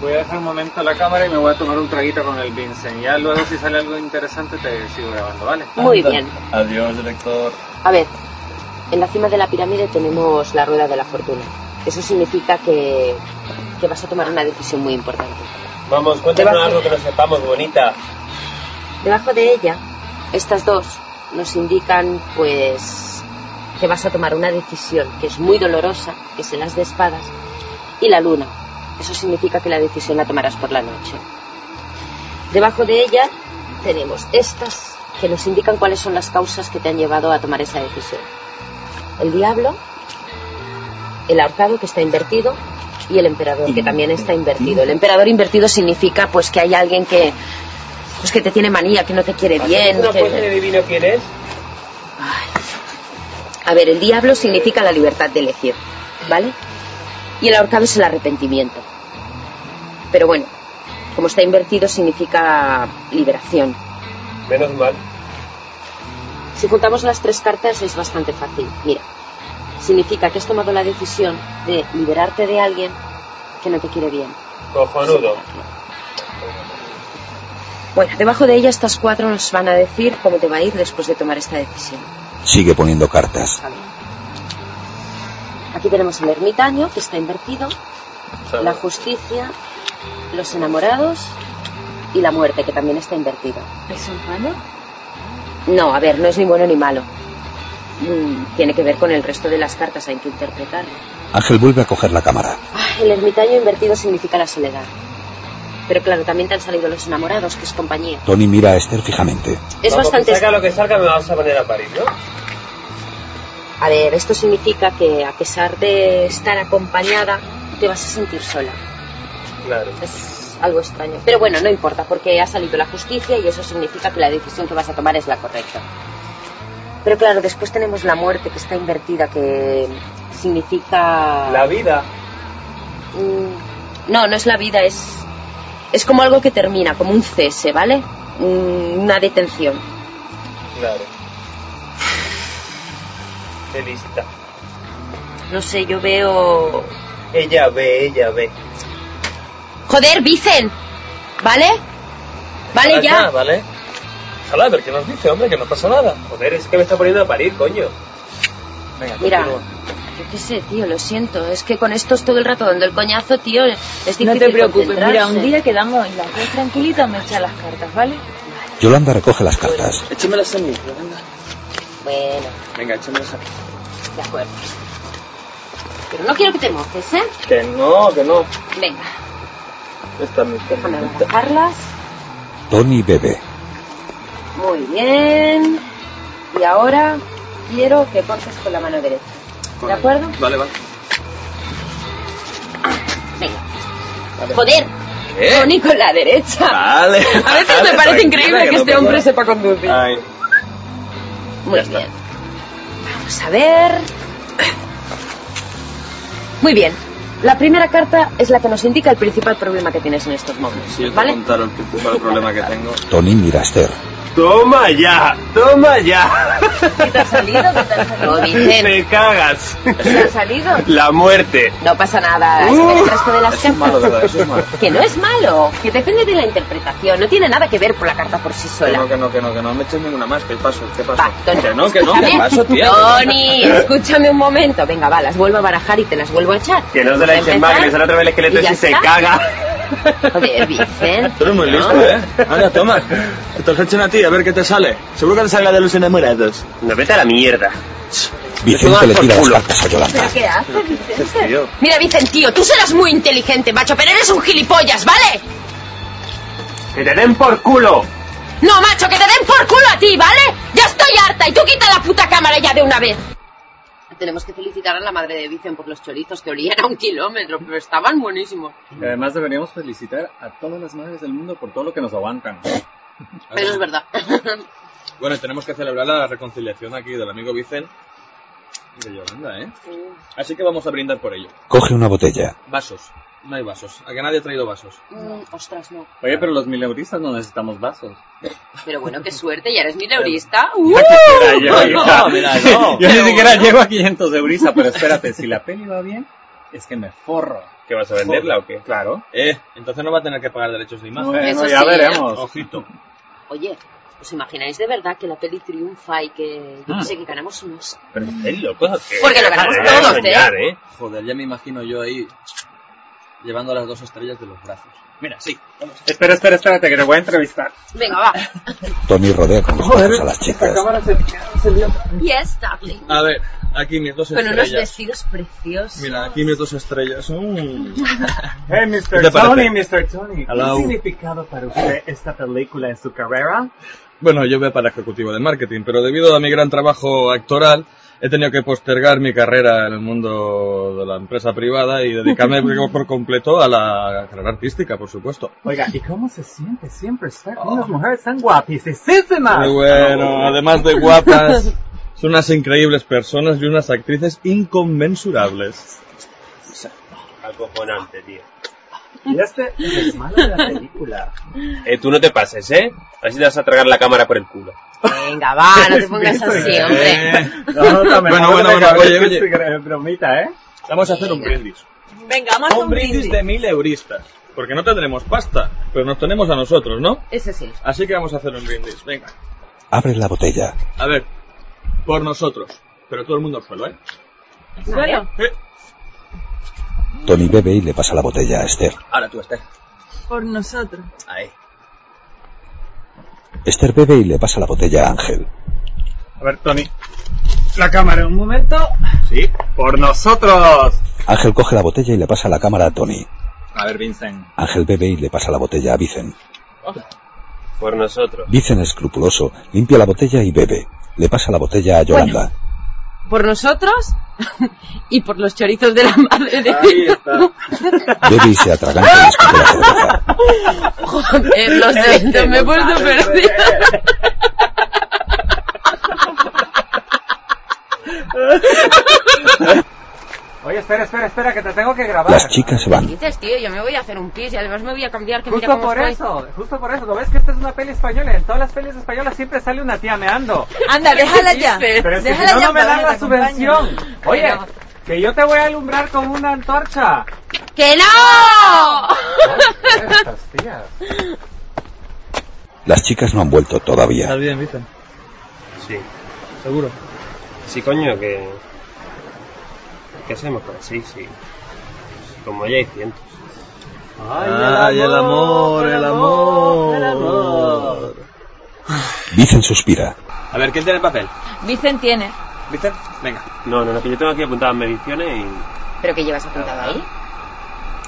voy a dejar un momento la cámara y me voy a tomar un traguito con el Vincent. Ya luego si sale algo interesante te sigo grabando, ¿vale?
Muy bien.
Adiós, director.
A ver, en la cima de la pirámide tenemos la rueda de la fortuna. Eso significa que, que vas a tomar una decisión muy importante.
Vamos, cuéntanos
Debajo.
algo que no sepamos, bonita.
Debajo de ella, estas dos nos indican, pues, que vas a tomar una decisión que es muy dolorosa, que es el as de espadas, y la luna. Eso significa que la decisión la tomarás por la noche. Debajo de ella tenemos estas que nos indican cuáles son las causas que te han llevado a tomar esa decisión. El diablo, el ahorcado que está invertido y el emperador que también está invertido. El emperador invertido significa pues que hay alguien que pues que te tiene manía, que no te quiere bien.
¿No
que-
puedes adivino quién es?
A ver, el diablo significa la libertad de elegir, ¿vale? Y el ahorcado es el arrepentimiento. Pero bueno, como está invertido significa liberación.
Menos mal.
Si juntamos las tres cartas es bastante fácil. Mira, significa que has tomado la decisión de liberarte de alguien que no te quiere bien.
Cojonudo.
Bueno, debajo de ella estas cuatro nos van a decir cómo te va a ir después de tomar esta decisión.
Sigue poniendo cartas.
Aquí tenemos el ermitaño, que está invertido,
Salud.
la justicia, los enamorados y la muerte, que también está invertida.
¿Es un malo?
No, a ver, no es ni bueno ni malo. Mm, tiene que ver con el resto de las cartas, hay que interpretarlo.
Ángel vuelve a coger la cámara.
Ah, El ermitaño invertido significa la soledad. Pero claro, también te han salido los enamorados, que es compañía.
Tony mira a Esther fijamente.
Es
Vamos,
bastante-
Que salga lo que salga, me vas a poner a parir, ¿no?
A ver, esto significa que a pesar de estar acompañada, te vas a sentir sola.
Claro.
Es algo extraño. Pero bueno, no importa, porque ha salido la justicia y eso significa que la decisión que vas a tomar es la correcta. Pero claro, después tenemos la muerte que está invertida, que significa...
La vida.
Mm, No, no es la vida, es, es como algo que termina, como un cese, ¿vale? Mm, Una detención.
Claro. Qué lista.
No sé, yo veo...
Ella ve, ella ve.
Joder, Vicen, ¿vale? ¿Vale
Vale,
ya?
vale. Ojalá, a ver qué nos dice, hombre, que no pasa nada.
Joder, es que me está poniendo a parir, coño.
Venga,
Mira, yo qué sé, tío, lo siento. Es que con estos todo el rato dando el coñazo, tío, es difícil
No te preocupes, mira,
concentrarse.
un día quedamos y las dos tranquilitas me echan las cartas, ¿vale?
Yolanda recoge las cartas.
Échamelas a mí, Yolanda.
Bueno,
Venga, échamelas a mí.
de acuerdo. Pero no quiero que te mojes, ¿eh?
Que no, que no.
Venga,
Esta es mi
déjame bajarlas.
Tony bebe.
Muy bien. Y ahora quiero que cortes con la mano derecha. ¿De acuerdo?
Vale, vale.
Venga. Joder,
¿Qué?
Tony con la derecha.
Vale.
A veces me
Vale,
parece
tranquila,
increíble que,
que no
este
pasa
hombre
nada.
sepa conducir.
Ay.
Muy bien. Vamos a ver. Muy bien. La primera carta es la que nos indica el principal problema que tienes en estos momentos.
Si yo te
¿Vale?
contara el principal problema que tengo.
Tony mira a Esther.
Toma ya, toma ya.
¿Qué te ha salido? ¿Qué te ha salido?
Te cagas.
¿Te ha salido?
La muerte.
No pasa nada, es
Uh.
el resto de las cartas.
malo, ¿verdad? Eso es malo.
Que no es malo, que depende de la interpretación, no tiene nada que ver por la carta por sí
Que
sola.
no, que no, que no, que no me eches ninguna más, que paso, que paso.
Tony,
que no, que no, que
escúchame.
paso, tía.
Tony, escúchame un momento. Venga, va, las vuelvo a barajar y te las vuelvo a echar.
Que no se la
Vamos a
echen más, que le
empezar
sale otra vez el esqueleto
y
y
ya
se
está.
caga.
Joder, Vicente.
Tú eres muy listo, ¿eh? Anda, toma. Que te los echen a ti, a ver qué te sale. Seguro que te salga de los enamorados.
No, vete a la mierda.
Vicente le tira las cartas a Yolanda.
¿Pero qué haces, Vicente?
Tío.
Mira, Vicente, tío, tú serás muy inteligente, macho, pero eres un gilipollas, ¿vale?
¡Que te den por culo!
No, macho, que te den por culo a ti, ¿vale? Ya estoy harta y tú quita la puta cámara ya de una vez. Tenemos que felicitar a la madre de Vicente por los chorizos que olían a un kilómetro, pero estaban buenísimos.
Y además deberíamos felicitar a todas las madres del mundo por todo lo que nos aguantan.
Eso es verdad.
Bueno, tenemos que celebrar la reconciliación aquí del amigo Vicente y de Yolanda, ¿eh?
Mm,
Así que vamos a brindar por ello.
Coge una botella.
Vasos. No hay vasos. ¿A que nadie ha traído vasos?
Mm, ostras, no.
Oye, pero los mileuristas no necesitamos vasos.
Pero bueno, qué suerte, ya eres mileurista. ¡Uh!
Yo,
No, mira, no.
yo ni siquiera llego a 500 eurista, pero espérate, si la peli va bien, es que me forro.
¿Que vas a venderla o qué? Claro. Eh, entonces no va a tener que pagar derechos de imagen.
Bueno, eso ya sí, ¿eh? veremos.
Ojito.
Oye, ¿os imagináis de verdad que la peli triunfa y que, yo qué sé, que ganamos unos...
Pero es loco.
Porque lo ganamos Deja de todos, soñar,
¿eh? Joder, ya me imagino yo ahí llevando las dos estrellas de los brazos. Mira, sí.
Espera, espera, espérate, que te voy a entrevistar.
Venga, va.
Tommy rodea con los ojos a las chicas.
Y esta peli.
A ver, aquí mis dos
Con unos
estrellas.
vestidos preciosos.
Mira, aquí mis dos estrellas. Mm.
Hey,
¿Qué te
Mr.
parece?
Eh, Tony, Mr. Tony.
Hello.
¿Qué significado para usted esta película en su carrera?
Bueno, yo voy para ejecutivo de marketing, pero debido a mi gran trabajo actoral, he tenido que postergar mi carrera en el mundo de la empresa privada y dedicarme por completo a la carrera artística, por supuesto.
Oiga, ¿y cómo se siente siempre estar con unas mujeres tan guapísimas?
Oh. Muy bueno, además de guapas, son unas increíbles personas y unas actrices inconmensurables.
Acojonante, tío.
Y este es el malo de la película.
Eh, tú no te pases, ¿eh? Así te vas a tragar la cámara por el culo.
Venga, va, no te pongas así, hombre.
Eh,
No, no, también.
Bueno, bueno, bueno, oye, oye.
bromita, ¿eh?
Vamos a hacer un brindis.
Venga, más
Un brindis de mil euristas. Porque no tendremos pasta, pero nos tenemos a nosotros, ¿no?
Ese sí.
Así que vamos a hacer un brindis, venga.
Abre la botella.
A ver, por nosotros. Pero todo el mundo al suelo, ¿eh?
Bueno.
Tony bebe y le pasa la botella a Esther.
Ahora tú, Esther.
Por nosotros.
Ahí.
Esther bebe y le pasa la botella a Ángel.
A ver, Tony. La cámara, un momento.
Sí.
Por nosotros.
Ángel coge la botella y le pasa la cámara a Tony.
A ver, Vincent.
Ángel bebe y le pasa la botella a Vicen.
Por nosotros.
Vicen escrupuloso limpia la botella y bebe. Le pasa la botella a Yolanda.
Por nosotros y por los chorizos de la madre de...
Bebe y se atraganta y escupe la cerveza.
Joder, lo siento, me he puesto perdida.
Oye, espera, espera, espera, que te tengo que grabar.
Las chicas se van.
Dices, tío, yo me voy a hacer un pis y además me voy a cambiar, que mira
Justo
cómo
por
estoy.
eso, justo por eso. ¿No ves que esta es una peli española? En todas las pelis españolas siempre sale una tía meando.
Anda, déjala ya.
Pero es que
Déjala
si no,
ya
no me
para
dan
que
la
te acompañe.
subvención. Oye,
Bueno.
que yo te voy a alumbrar con una antorcha.
¡Que no!
Estas tías.
Las chicas no han vuelto todavía.
bien, Vicen?
Sí.
Seguro.
Sí, coño, que... ¿Qué hacemos con así? Sí. Como ella hay cientos.
Ay, el amor, el amor, el amor.
Vicen suspira.
A ver, ¿quién tiene papel?
Vicen tiene.
¿Vicen? Venga.
No, no, no, que yo tengo aquí apuntadas mediciones y...
¿Pero qué llevas apuntado ahí?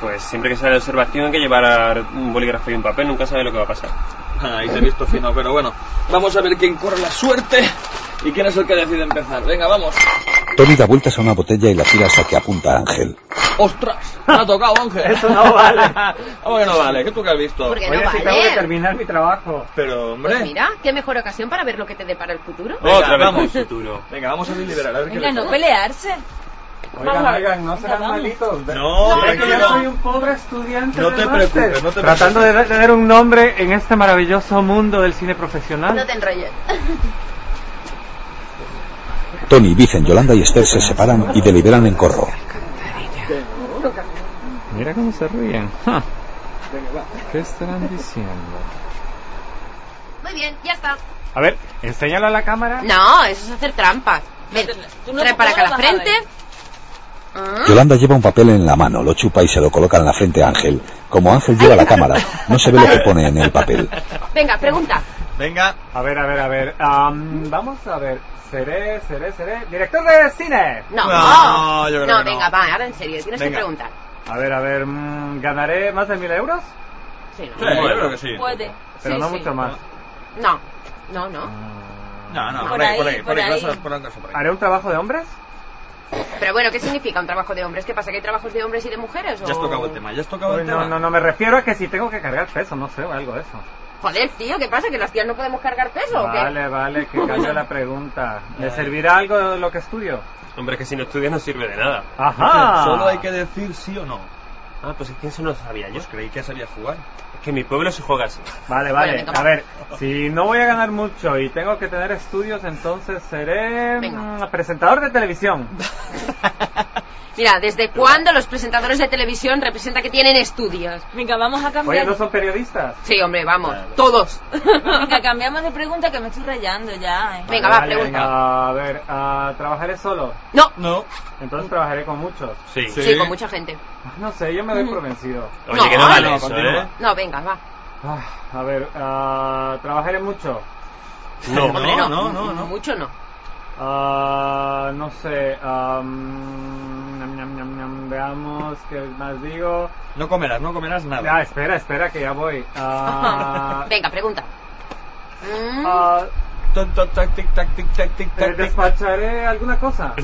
Pues siempre que sale la observación hay que llevar un bolígrafo y un papel, nunca sabes lo que va a pasar.
Ahí te he visto fino, pero bueno. Vamos a ver quién corre la suerte y quién es el que decide empezar. Venga, vamos.
Tony da vueltas a una botella y la tira hasta que apunta a Ángel.
¡Ostras! Me ha tocado, Ángel.
Eso no vale.
¿Cómo que no vale? ¿Qué tú que has visto?
Porque
Oye,
no
si tengo que
vale.
terminar mi trabajo.
Pero,
Pues
hombre.
mira, qué mejor ocasión para ver lo que te depara el futuro.
Venga,
Otra vez
vamos.
el futuro.
Venga, vamos a deliberar, a ver qué
Venga,
le-
no pelearse.
Oigan, oigan, no sean
vamos.
malitos. Ve-
No,
Mira que yo
tranquilo.
soy un pobre estudiante
No
de
te
máster,
preocupes, no te
Tratando de tener un nombre en este maravilloso mundo del cine profesional.
No te enrolles.
Tony, Vicen, Yolanda y Esther se separan y deliberan en corro.
Mira cómo se ríen. Ja. ¿Qué estarán diciendo?
Muy bien, ya está.
A ver, enséñalo a la cámara.
No, eso es hacer trampas. Ven, trae para acá la frente. Ah.
Yolanda lleva un papel en la mano, lo chupa y se lo coloca en la frente a Ángel. Como Ángel lleva la cámara, no se ve lo que pone en el papel.
Venga, pregunta.
Venga. A ver, a ver, a ver. Am, vamos a ver. Seré, seré, seré. Director de cine.
No,
No, yo creo que no.
venga, va, ahora en serio, tienes
Venga.
que preguntar.
A ver, a ver. mm, ¿Ganaré más de mil euros?
Sí, ¿no? Pues-
Pero no mucho más.
No, no, no.
No, no,
Por
por, ahí,
ahí,
por ahí, por
por
ahí,
ahí.
cosas- por ahí, cosas por ahí.
¿Haré un trabajo de hombres?
Pero bueno, ¿qué significa un trabajo de hombres? ¿Qué pasa? ¿Que hay trabajos de hombres y de mujeres? O...
Ya has tocado el tema, ya has tocado
Uy,
el
no,
tema.
no, no, me refiero a que si tengo que cargar peso, no sé, o algo de eso.
Joder, tío, ¿qué pasa? ¿Que las tías no podemos cargar peso o qué?
Vale, vale, que cambio la pregunta. ¿Le servirá algo lo que estudio?
Hombre, es que si no estudias no sirve de nada.
Ajá.
Solo hay que decir sí o no.
Ah, pues es que eso no sabía yo.
creí que sabías jugar.
Es que en mi pueblo se juega así.
Vale, vale. A ver, si no voy a ganar mucho y tengo que tener estudios, entonces seré mm, presentador de televisión.
Mira, ¿desde cuándo los presentadores de televisión representa que tienen estudios?
Venga, vamos a
Oye,
cambiar.
¿no son periodistas?
Sí, hombre, vamos, todos.
Venga, cambiamos de pregunta que me estoy rayando ya. eh.
Venga,
Vale,
va,
vale,
pregunta.
venga, a ver, ah, ¿trabajaré solo?
No.
No.
Mm.
Entonces trabajaré con muchos. Ah,
Sí.
Sí, con mucha gente.
No sé, yo me
Mm.
doy por vencido.
Oye, que no vale eso,
continúa.
¿eh?
No, venga, va.
Ah, A ver, ah, ¿trabajaré mucho?
No,
Hombre,
no,
no, Mucho no.
Ah, no sé, am, ñam, ñam, ñam, ñam, veamos qué más digo.
No comerás, no comerás nada.
Ah, espera, espera, que ya voy. Ah,
venga, pregunta. Mm,
ah,
Toc, toc, tac, tic, tac, tic, tac, tic,
eh,
tac, tic.
¿Despacharé alguna cosa?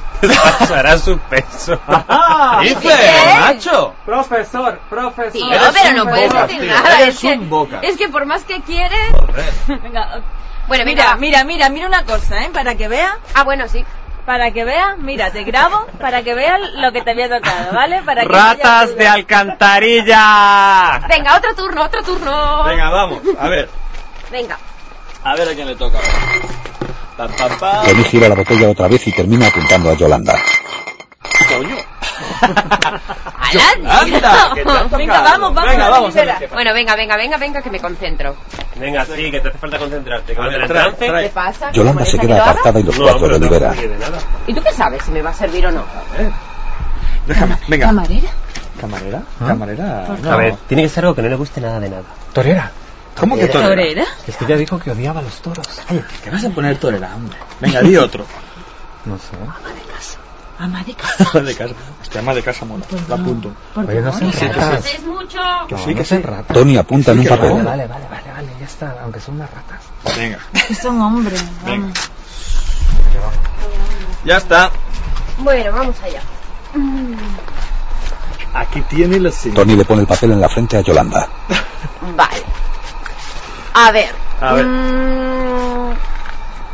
Pasará su peso.
¡Ah!
¡Dice, macho!
Profesor, profesor.
Tío,
Eres
pero no
un
puedes
boca,
decir
tío,
nada.
eres
Es que,
un boca.
es que por más que quieres...
Joder.
Venga,
Bueno,
Mira,
mira,
mira, mira, mira una cosa, ¿eh? Para que vea,
Ah, bueno, sí.
para que vea, mira, te grabo para que vea lo que te había tocado, ¿vale? Para que no haya
¡Ratas
duda.
de alcantarilla!
Venga, otro turno, otro turno.
Venga, vamos, a ver.
Venga.
A ver a quién le toca. Pa, pa, pa.
Tony gira la botella otra vez y termina apuntando a Yolanda.
Coño.
¡Ala, tío!
Anda, que te han tocado.
Venga, vamos, vamos,
Venga, vamos. a ver
libera.
qué pasa.
Bueno, venga, venga, venga, venga, que me concentro.
Venga, sí, que te hace falta concentrarte. Que
A
no
ver,
te
trae,
lances.
trae.
¿Qué pasa? ¿Que
Yolanda
me
se
molesta que
queda
lo haga?
apartada y los
No,
cuatro
pero no
deliberan.
sirve de nada.
¿Y tú qué sabes si me va a servir o no?
Déjame, venga.
¿Camarera?
Camarera, camarera.
A ver, tiene que ser algo que no le guste nada de nada.
Torera. ¿Cómo que torera?
¿Torera?
Es que ya dijo que odiaba a los toros. Ay, te vas a poner torera, hombre. Venga, di otro.
No sé.
Ama de casa.
Ama de casa. Hostia, ama de casa mola. La apunto.
Oye, no sean
ratas.
Es mucho.
Que sí, que sean ratas.
Tony apunta en un
Sí, que vale,
papel.
vale, vale, vale, vale, ya está. Aunque son unas ratas.
Venga.
Son hombres, vamos.
Ya está.
Bueno, vamos allá.
Aquí tiene los signos.
Tony le pone el papel en la frente a Yolanda.
Vale. A ver.
A ver.
mm,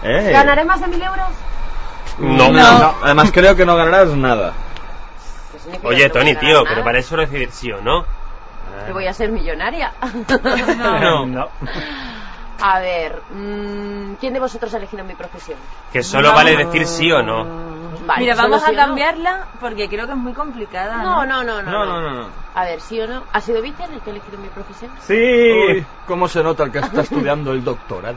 Eh.
¿Ganaré más de mil euros?
No.
Además creo que no ganarás nada.
Pues
Oye, Tony, tío, pero para eso decidir sí o no.
Que voy a ser millonaria.
No.
A ver, mm, ¿quién de vosotros ha elegido mi profesión?
Que solo vale decir sí o no.
Vale,
Mira,
solo
vamos
sí
a
o no.
cambiarla porque creo que es muy complicada.
No, no, no, no.
No, no, no, Eh, no.
A ver, ¿sí o no? ¿Ha sido Vicen el que ha elegido mi profesión?
Uy, ¿Cómo se nota el que está estudiando el doctorado?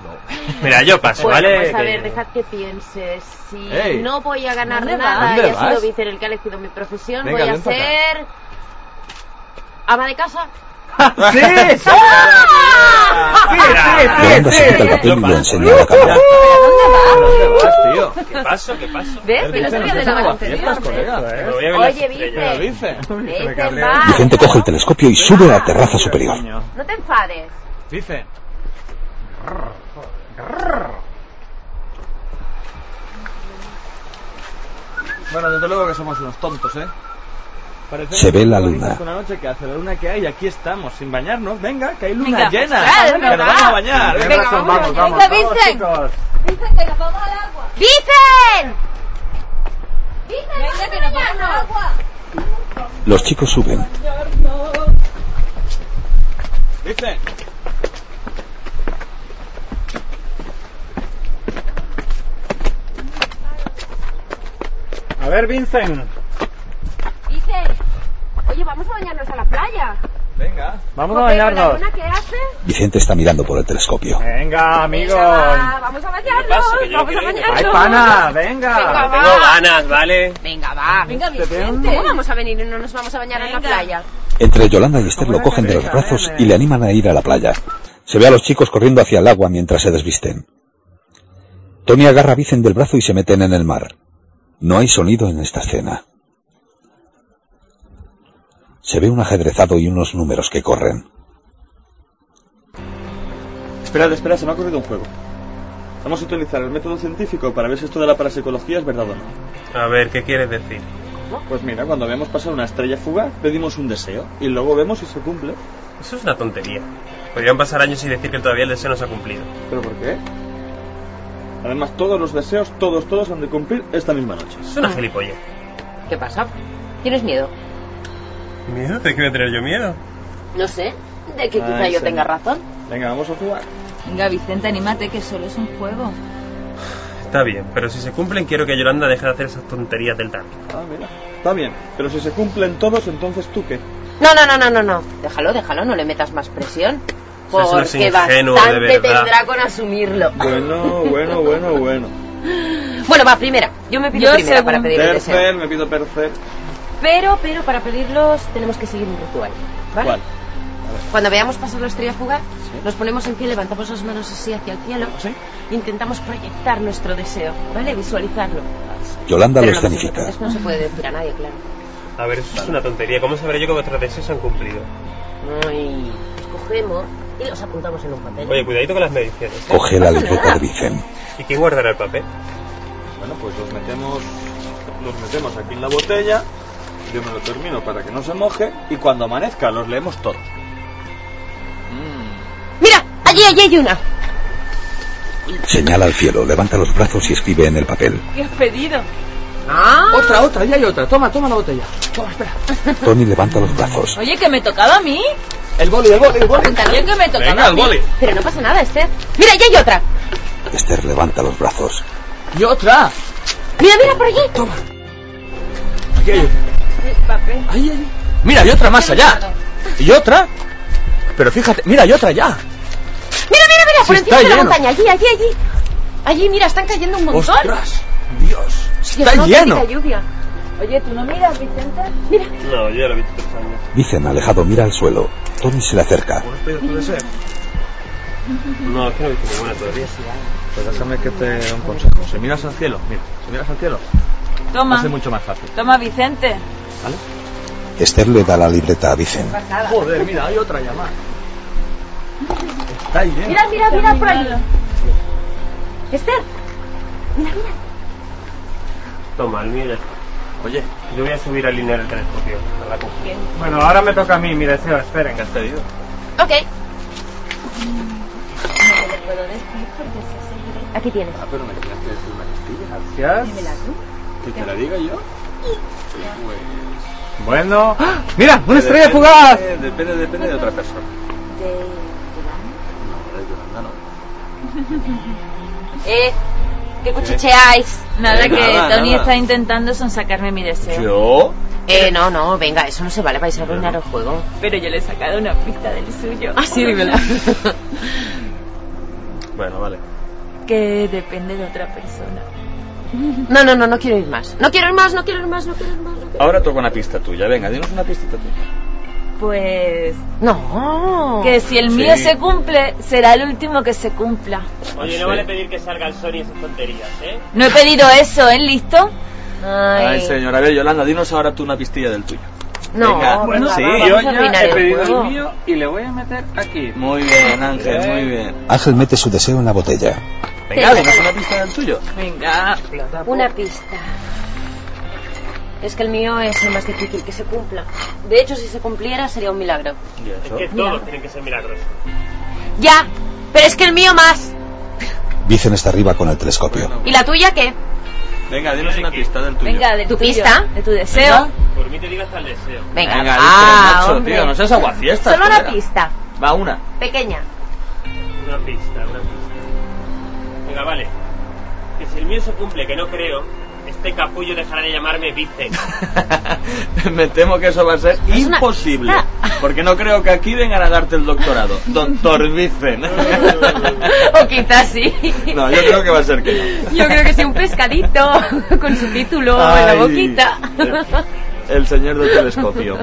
Mira, yo paso,
Bueno,
¿vale?
pues a
Que-
ver, dejad que piense. Si
Ey.
no voy a ganar
¿Dónde
nada
vas?
y ha
¿Dónde
sido
vas?
Víctor el que ha elegido mi profesión,
Venga,
voy a
ven pa' acá.
ser. ama de casa.
¡Sí! ¡Sí!
¡Ah!
Mira,
Yolanda se quita el papel y lo enseña a la cámara.
¿Dónde vas, tío?
¿Qué paso? ¿Qué paso?
¿Ves? Que no sabía de nada anterior.
colega,
Me voy a ver las
Oye,
estrellas.
¿Qué
Vicen.
dice?
Vicen,
Vicente
va.
coge el telescopio y sube a la terraza superior.
No te enfades.
Dice. Bueno, desde luego que somos unos tontos, ¿eh? Parecemos
Se ve la
unos
luna.
turistas Una noche que hace la luna que hay, y aquí estamos, sin bañarnos. Venga, que hay luna
Venga.
llena.
Claro,
que nos
venga.
vamos a bañar.
Tienes razón, vamos, vamos,
venga,
vamos,
Vicen.
chicos.
¡Vicen!
Venga, que nos vamos al agua.
Los chicos suben.
Dice.
A ver, Vincent.
Dice, oye, vamos a bañarnos a la playa.
Venga. Vamos a
Porque con
bañarnos.
la luna que hace?
Vicente está mirando por el telescopio.
Venga, amigos.
va, vamos a bañarnos,
pasa? Que yo no
vamos a
quiero ir.
bañarnos.
Ay, pana, venga.
Venga, va.
Tengo ganas, ¿vale?
Venga,
Ah,
va. Venga, Vicente. ¿Cómo vamos a venir y no nos vamos a bañar en la playa?
Entre Yolanda y Esther lo cogen de los
eh.
brazos y le animan a ir a la playa. Se ve a los chicos corriendo hacia el agua mientras se desvisten. Tony agarra a Vicen del brazo y se meten en el mar. No hay sonido en esta escena. Se ve un ajedrezado y unos números que corren.
Esperad, esperad, se me ha ocurrido un juego. Vamos a utilizar el método científico para ver si esto de la parapsicología es verdad o no.
A ver, ¿qué quieres decir?
Pues mira, cuando vemos pasar una estrella fugaz, pedimos un deseo y luego vemos si se cumple.
Eso es una tontería. Podrían pasar años sin decir que todavía el deseo no se ha cumplido.
¿Pero por qué? Además, todos los deseos, todos, todos han de cumplir esta misma noche.
Es una gilipollez.
¿Qué pasa? ¿Tienes miedo?
¿Miedo? ¿Te quiero tener yo miedo?
No sé, de que
Ay,
quizá yo
señor.
tenga razón.
Venga, vamos a jugar.
Venga, Vicente, anímate, que solo es un juego.
Está bien, pero si se cumplen quiero que Yolanda deje de hacer esas tonterías del tanto.
Ah, mira. Está bien, pero si se cumplen todos, entonces tú qué.
No, no, no, no, no, no. Déjalo, déjalo, no le metas más presión.
Eso
Porque
es ingenuo, de
bastante
verdad.
tendrá con asumirlo.
Bueno, bueno, bueno, bueno.
Bueno, va, primera. Yo me pido primera para pedir el deseo.
Percer, me pido percer.
Pero, pero para pedirlos tenemos que seguir un ritual. ¿Vale?
¿Cuál? pues.
Cuando veamos pasar la estrella fugaz, nos ponemos en pie, levantamos las manos así hacia el cielo, intentamos proyectar nuestro deseo, ¿vale? Visualizarlo.
Yolanda lo
Pero no,
escenifica.
Esto no se puede decir a nadie, claro.
A ver, eso es una tontería. ¿Cómo sabré yo que vuestros deseos se han cumplido?
Ay, los cogemos y los apuntamos en un papel.
Oye, cuidadito con las mediciones. ¿eh?
Coge la libreta de Vicen.
¿Y quién guardará el papel?
Bueno, pues los metemos, los metemos aquí en la botella. Yo me lo termino para que no se moje. Y cuando amanezca, los leemos todos.
¡Mira! Allí, allí hay una.
Señala al cielo, levanta los brazos y escribe en el papel.
¿Qué has pedido?
Ah,
Otra, otra, ya hay otra. Toma, toma la botella. Toma, espera.
Tony levanta los brazos.
Oye, que me tocaba a mí.
El boli, el boli, el boli.
Oye, que me tocaba
Venga,
a
el
mí.
boli.
Pero no pasa nada, Esther. Mira, allí hay otra.
Esther levanta los brazos.
Y otra.
Mira, mira por allí.
Toma. Aquí hay otra.
Papel.
Ahí, ahí. Mira, hay otra más allá. Y otra. Pero fíjate, mira, hay otra allá.
Mira, mira, mira, por
Sí,
encima
está
de la
lleno.
montaña, allí, allí, allí. Allí, mira, están cayendo un montón.
¡Ostras! Dios,
Hostia,
está
una
lleno.
auténtica lluvia.
Oye, ¿tú no miras, Vicente? Mira.
No, yo ya lo he visto tres años.
Vicen, alejado, mira al suelo. Tony se le acerca.
puede ser? No, es que no he visto ninguna todavía.
Pues déjame que te dé un consejo. Si miras al cielo, mira, si miras al cielo, va a
Toma.
ser mucho más fácil.
Toma, Vicente.
Esther le da la libreta a Vicen.
Joder, mira, hay otra llamada.
Está lleno.
Mira, mira, mira por allí.
Este.
Esther. Mira, mira.
Toma, el mío ya está.
Oye,
yo voy a subir al lineal del telescopio. A la cúpula.
Bueno, ahora me toca a mí mi deseo, esperen. ¿Qué has pedido?
Ok,
No te lo puedo decir porque
aquí tienes.
Ah, pero me tenías que decir una castilla.
Dímela tú.
¿Que te la diga yo?
Bueno. ¡Ah! ¡Mira! ¡Una
Que
estrella
depende-
fugaz!
Depende, depende de otra persona.
Eh, ¿qué cuchicheáis?
Nada,
Eh,
que
nada,
Tony
nada.
está intentando son sacarme mi deseo.
¿Yo?
Eh, no, no, venga, eso no se vale, vais a arruinar el juego.
Pero yo le he sacado una pista del suyo.
Ah, sí, dímela.
Bueno, vale.
Que depende de otra persona.
No, no, no, no quiero ir más. No quiero ir más, no quiero ir más, no quiero ir más. no quiero-
Ahora toca una pista tuya. Venga, dinos una pistita tuya.
Pues.
No.
Que si el
Sí.
mío se cumple, será el último que se cumpla.
Ah,
Oye, no vale pedir que salga el Sony esas tonterías, ¿eh?
No he pedido eso, ¿eh? ¿Listo?
Ay, señor. A ver, Yolanda, dinos ahora tú una pistilla del tuyo.
eh. No,
Venga.
bueno,
sí.
va,
Ah, Yo
vamos a
ya
arruinar
he
el
pedido
juego.
el mío y le voy a meter aquí.
Muy bien, Ángel, muy bien.
Ángel mete su deseo en la botella.
Venga, dinos una pista del tuyo.
Venga.
Una pista. Es que el mío es el más difícil que se cumpla. De hecho, si se cumpliera sería un milagro.
Es que todos tienen que ser milagros.
Ya, pero es que el mío más.
Vicen está arriba con el telescopio.
¿Y la tuya qué?
Venga, dinos una pista del tuyo.
Venga, de
¿Tu
tuyo,
pista?
De tu deseo.
Por mí te digo hasta el deseo.
Venga,
Venga,
ah,
dice, macho,
hombre.
tío, no seas aguafiestas.
Solo una
colega.
pista,
Va, una.
pequeña.
Una pista, una pista. Venga, vale. Que si el mío se cumple, que no creo,
Este capullo dejará de llamarme Vicen.
Me temo que eso va a ser imposible. Porque no creo que aquí vengan a darte el doctorado. Doctor Vicen.
o quizás sí.
No, yo creo que va a ser que no.
Yo creo que sí, un pescadito con su título en la
Ay.
boquita.
El señor del telescopio.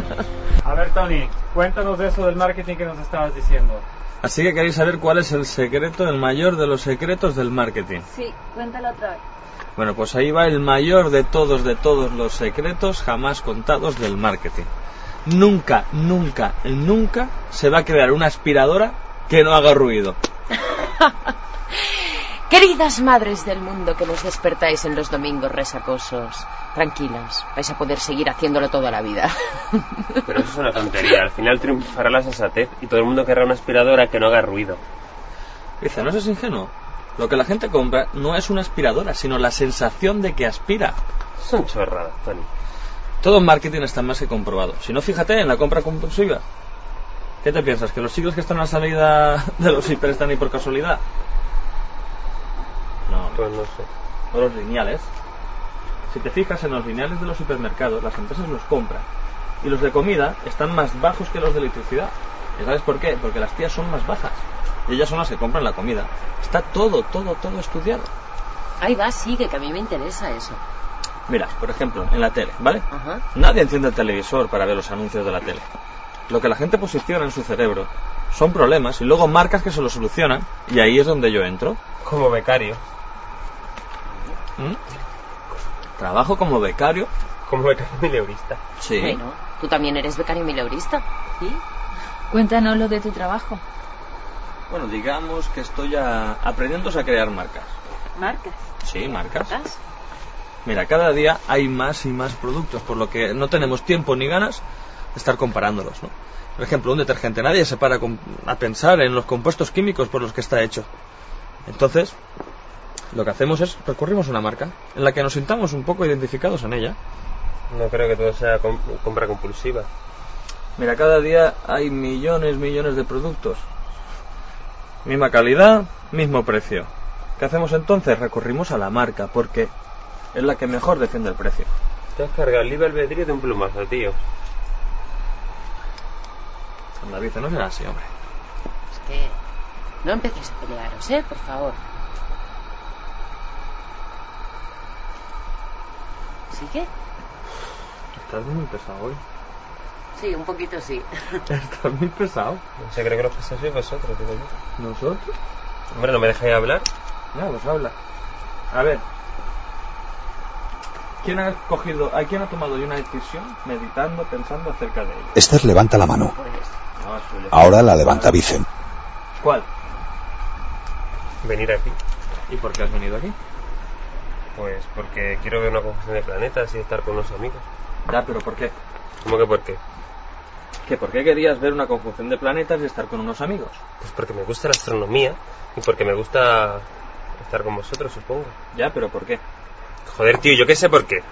A ver, Tony, cuéntanos de eso del marketing que nos estabas diciendo.
Así que queréis saber cuál es el secreto, el mayor de los secretos del marketing.
Sí, cuéntalo otra vez.
Bueno, pues ahí va el mayor de todos, de todos los secretos jamás contados del marketing. Nunca, nunca, nunca se va a crear una aspiradora que no haga ruido.
Queridas madres del mundo que nos despertáis en los domingos resacosos, tranquilas, vais a poder seguir haciéndolo toda la vida.
Pero eso es una tontería. Al final triunfará la sensatez y todo el mundo querrá una aspiradora que no haga ruido.
Dice, no seas ingenuo. Lo que la gente compra no es una aspiradora, sino la sensación de que aspira.
Son chorradas, Tony.
Todo en marketing está más que comprobado. Si no, fíjate en la compra compulsiva. ¿Qué te piensas? ¿Que los siglos que están a la salida de los hiper están ahí por casualidad? No,
Pues no sé.
o los lineales. Si te fijas en los lineales de los supermercados, las empresas los compran. Y los de comida están más bajos que los de electricidad. ¿Y sabes por qué? Porque las tías son más bajas. Y ellas son las que compran la comida. Está todo, todo, todo estudiado.
Ahí va, sigue, que a mí me interesa eso.
Mira, por ejemplo, en la tele, ¿vale? Nadie enciende el televisor para ver los anuncios de la tele. Lo que la gente posiciona en su cerebro son problemas y luego marcas que se los solucionan y ahí es donde yo entro.
Como becario.
¿Mm? Trabajo como becario.
Como becario mileurista.
Sí.
Bueno, tú también eres becario mileurista. ¿Sí?
Cuéntanos lo de tu trabajo.
Bueno, digamos que estoy a... aprendiendo a crear marcas.
Marcas.
Sí,
Ah,
marcas. Mira, cada día hay más y más productos, por lo que no tenemos tiempo ni ganas de estar comparándolos, ¿no? Por ejemplo, un detergente. Nadie se para a com- a pensar en los compuestos químicos por los que está hecho. Entonces, lo que hacemos es recurrimos a una marca en la que nos sintamos un poco identificados en ella.
No creo que todo sea com- compra compulsiva.
Mira, cada día hay millones, millones de productos. Misma calidad, mismo precio. ¿Qué hacemos entonces? Recurrimos a la marca porque es la que mejor defiende el precio.
Te has cargado el libre albedrío de un plumazo, tío.
Anda, dice, no será así, hombre.
Es que no empecéis a pelearos, ¿eh? Por favor. ¿Sigue?
Estás muy pesado hoy.
Sí, un poquito sí.
Estás muy pesado.
No sé, creo que los que sois vosotros, digo yo.
¿Nosotros?
Hombre, ¿no me dejáis hablar?
Ya, pues habla. A ver. ¿Quién ha cogido, a quién ha tomado hoy una decisión meditando, pensando acerca de ello?
Esther levanta la mano.
No, suele-
Ahora la levanta Vicen.
¿Cuál?
Venir aquí.
¿Y por qué has venido aquí?
Pues porque quiero ver una conjunción de planetas y estar con unos amigos.
Ya, pero ¿por qué?
¿Cómo que por qué?
¿Que por qué querías ver una conjunción de planetas y estar con unos amigos?
Pues porque me gusta la astronomía y porque me gusta estar con vosotros, supongo.
Ya, pero ¿por qué?
Joder, tío, yo qué sé por qué.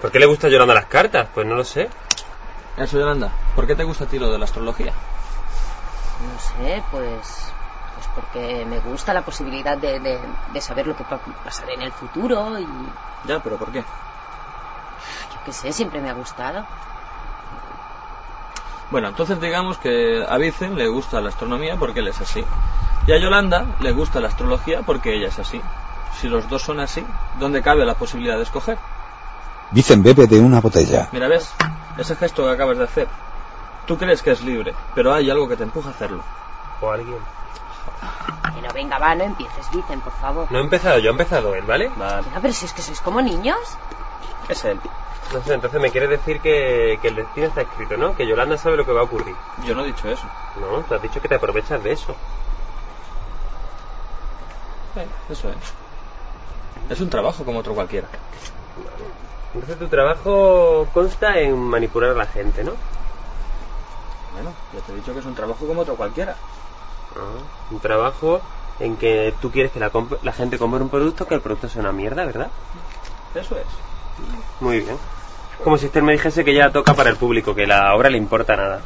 ¿Por qué le gusta llorando las cartas? Pues no lo sé.
Eso, Yolanda, ¿por qué te gusta a ti lo de la astrología?
No sé, pues, pues porque me gusta la posibilidad de, de- de saber lo que pa- pasará en el futuro y yo
Ya, pero ¿por qué?
qué sé, siempre me ha gustado.
Bueno, entonces digamos que a Vicen le gusta la astronomía porque él es así. Y a Yolanda le gusta la astrología porque ella es así. Si los dos son así, ¿dónde cabe la posibilidad de escoger?
Vicen bebe de una botella.
Mira, ¿ves? Ese gesto que acabas de hacer. Tú crees que es libre, pero hay algo que te empuja a hacerlo.
O alguien.
Que no venga, va, no empieces, dicen, por favor.
No he empezado yo, he empezado él, ¿vale?
Vale.
Ya, pero si es que sois como niños.
Es él.
No sé, entonces me quieres decir que, que el destino está escrito, ¿no? Que Yolanda sabe lo que va a ocurrir.
Yo no he dicho eso.
No, tú has dicho que te aprovechas de eso.
Eh, Eso es. Es un trabajo como otro cualquiera.
Entonces tu trabajo consta en manipular a la gente, ¿no?
Bueno, ya te he dicho que es un trabajo como otro cualquiera.
Ah, Un trabajo en que tú quieres que la, comp- la gente compre un producto, que el producto sea una mierda, ¿verdad?
Eso es.
Muy bien. Como si usted me dijese que ya toca para el público, que la obra le importa nada.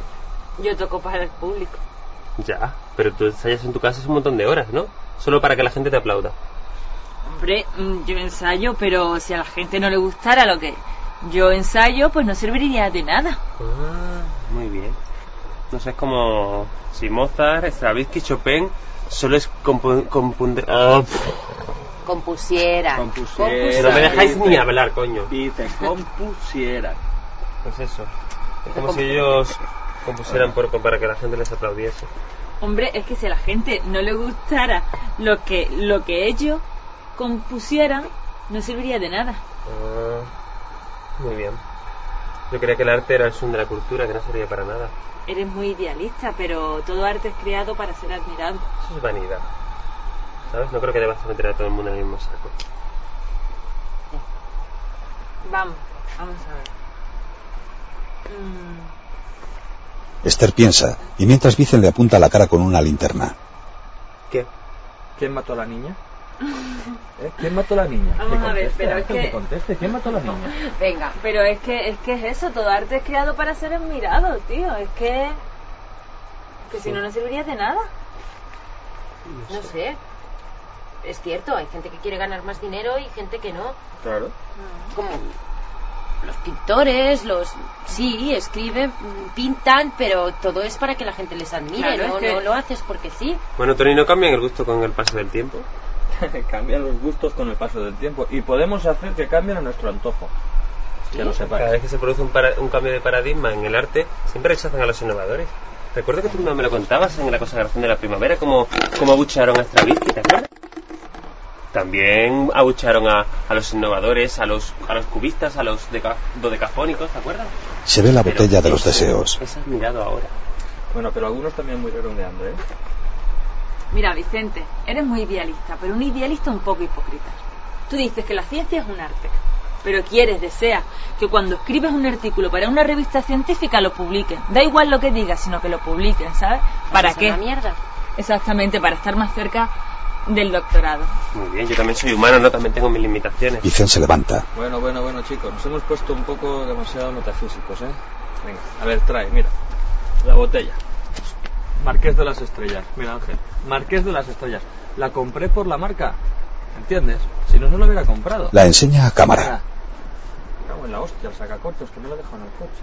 Yo toco para el público.
Ya, pero tú ensayas en tu casa es un montón de horas, ¿no? Solo para que la gente te aplauda.
Hombre, mm, yo ensayo, pero si a la gente no le gustara lo que yo ensayo, pues no serviría de nada.
Ah, Muy bien. Entonces es como si Mozart, Stravinsky, Chopin solo es compu- compunde- ah, pff,
Compusiera.
Eh, no me dejáis ni hablar, coño.
Y te compusieran.
Pues eso. Es como si ellos compusieran por, para que la gente les aplaudiese.
Hombre, es que si a la gente no le gustara lo que, lo que ellos compusieran, no serviría de nada.
Ah, muy bien. Yo creía que el arte era el son de la cultura, que no servía para nada.
Eres muy idealista, pero todo arte es creado para ser admirado.
Eso es vanidad. ¿Sabes? No creo que debas meter a todo el mundo en el mismo saco.
Vamos, vamos a ver. Mm,
Esther piensa, y mientras Vicen le apunta a la cara con una linterna.
¿Qué? ¿Quién mató a la niña? ¿Eh? ¿Quién mató a la niña?
Mm, Vamos
Que
a ver,
conteste,
pero es
Ángel,
que-
conteste, ¿quién mató a la niña?
Venga. Pero es que, es que es eso, todo arte es creado para ser admirado, tío. Es que. Que si no, no serviría de nada.
No sé. Es cierto, hay gente que quiere ganar más dinero y gente que no.
Claro.
Como los pintores, los... Sí, escriben, pintan, pero todo es para que la gente les admire,
Claro,
¿no?
es que-
No lo haces porque sí.
Bueno, Tony, ¿no cambian el gusto con el paso del tiempo?
Cambian los gustos con el paso del tiempo y podemos hacer que cambien a nuestro antojo. Que lo sepáis.
Cada vez que se produce un, para- un cambio de paradigma en el arte, siempre rechazan a los innovadores. Recuerdo que tú me lo contabas en la consagración de la primavera, como, como abucharon a Stravinsky, ¿te acuerdas? También abucharon a, a los innovadores, a los, a los cubistas, a los deca- dodecafónicos, ¿te acuerdas?
Se ve la
Pero
botella de los
eso
deseos.
Es admirado ahora.
Bueno, pero algunos también muy redondeando, ¿eh?
Mira, Vicente, eres muy idealista, pero un idealista un poco hipócrita. Tú dices que la ciencia es un arte, pero quieres, deseas, que cuando escribes un artículo para una revista científica lo publiquen. Da igual lo que digas, sino que lo publiquen, ¿sabes? ¿Para
Es
qué?
una mierda.
Exactamente, para estar más cerca del doctorado.
Muy bien, yo también soy humano, ¿no? También tengo mis limitaciones.
Vicen se levanta.
Bueno, bueno, bueno, chicos, nos hemos puesto un poco demasiado metafísicos, ¿eh? Venga, a ver, trae, mira. La botella. Marqués de las Estrellas. Mira, Ángel. Marqués de las Estrellas. La compré por la marca. ¿Entiendes? Si no, no la hubiera comprado.
La enseña a cámara.
Ah. Me cago en la hostia, el sacacorchos, que no lo dejan al coche.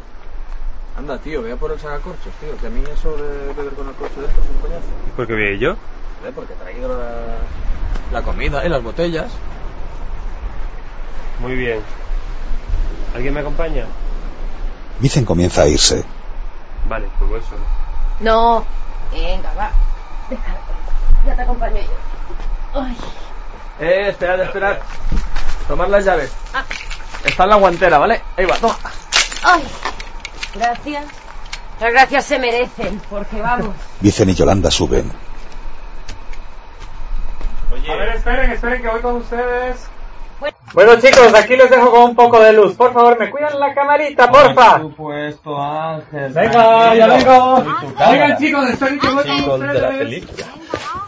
Anda, tío, vea por el sacacorchos, tío, que a mí eso de beber con el coche dentro es un coñazo.
¿Por qué veía yo?
Joder, porque he traído la, la comida y las botellas.
Muy bien. ¿Alguien me acompaña?
Vicen comienza a irse.
Vale, pues voy solo.
No. Venga, va. Déjala. Ya te acompaño yo. Ay.
Eh, esperad, esperad. Tomad las llaves. Está en la guantera, ¿vale? Ahí va, toma.
Ay. Gracias. Las gracias se merecen, porque vamos.
Vicen y Yolanda suben.
A ver, esperen, esperen que voy con ustedes.
Bueno chicos, aquí les dejo con un poco de luz. Por favor, me cuidan la camarita, porfa.
Supuesto, Ángel.
Venga, ya vengo.
Venga,
Oigan chicos, estoy que voy con
de la
ustedes.
película.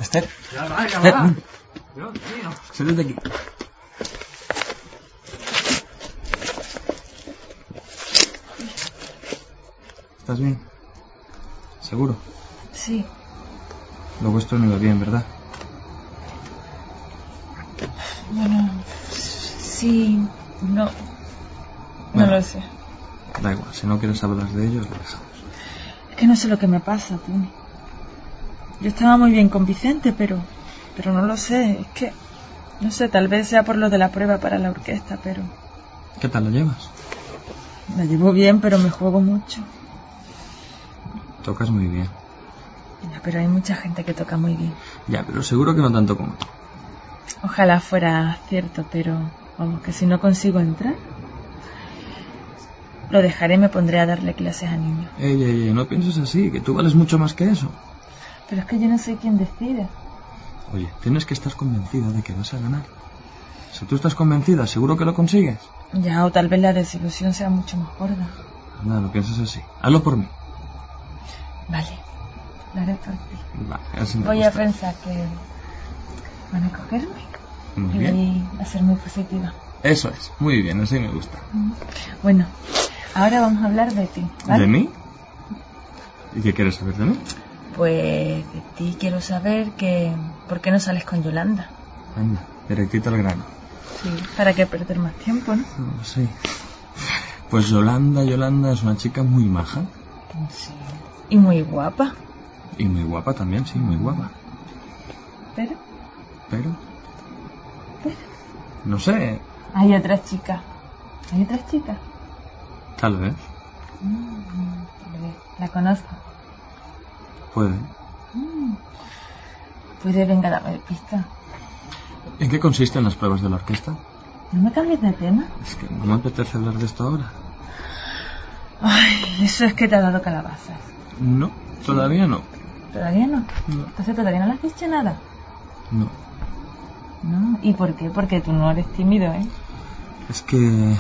Esther.
Ya va, ya va. Dios mío.
Siéntate aquí. ¿Estás bien? ¿Seguro?
Sí,
Lo vuestro no iba bien, ¿verdad?
bueno, sí, no, no lo sé.
Da igual, si no quieres hablar de ello, lo dejamos.
Es que no sé lo que me pasa, Tony. Yo estaba muy bien con Vicente, pero, pero no lo sé. Es que, no sé, tal vez sea por lo de la prueba para la orquesta, pero
¿Qué tal lo llevas?
la llevo bien, pero me juego mucho.
Tocas muy bien.
Ya, pero hay mucha gente que toca muy bien.
Ya, pero seguro que no tanto como tú.
Ojalá fuera cierto, pero vamos, que si no consigo entrar, lo dejaré y me pondré a darle clases a niños.
Ey, ey, ey, no pienses así, que tú vales mucho más que eso.
Pero es que yo no soy quien decide.
Oye, tienes que estar convencida de que vas a ganar. Si tú estás convencida, seguro que lo consigues.
Ya, o tal vez la desilusión sea mucho más gorda.
Nada, no pienses así. Hazlo por mí.
Vale, lo haré por ti.
Vale, así me
Voy a
gusta.
pensar que van a cogerme
Muy
y
bien.
voy a ser muy positiva.
Eso es, muy bien, así me gusta.
Bueno, ahora vamos a hablar de ti, ¿vale?
¿De mí? ¿Y qué quieres saber de mí?
Pues de ti quiero saber que... ¿Por qué no sales con Yolanda?
Anda, Directito al grano.
Sí. ¿Para qué perder más tiempo, no?
Oh, sí. Pues Yolanda, Yolanda es una chica muy maja.
Y muy guapa.
Y muy guapa también, sí, muy guapa.
Pero
Pero... No sé,
hay otra chica. Hay otra chica.
tal vez.
Mm, La conozco.
Puede.
Mm. Puede venga dame pista.
¿En qué consisten las pruebas de la orquesta?
No me cambies de tema.
Es que no me apetece hablar de esto ahora.
Ay, eso es que te ha dado calabazas.
No, todavía no.
¿Todavía no? Entonces todavía no le has dicho nada.
No.
No. ¿Y por qué? Porque tú no eres tímido, ¿eh?
Es que...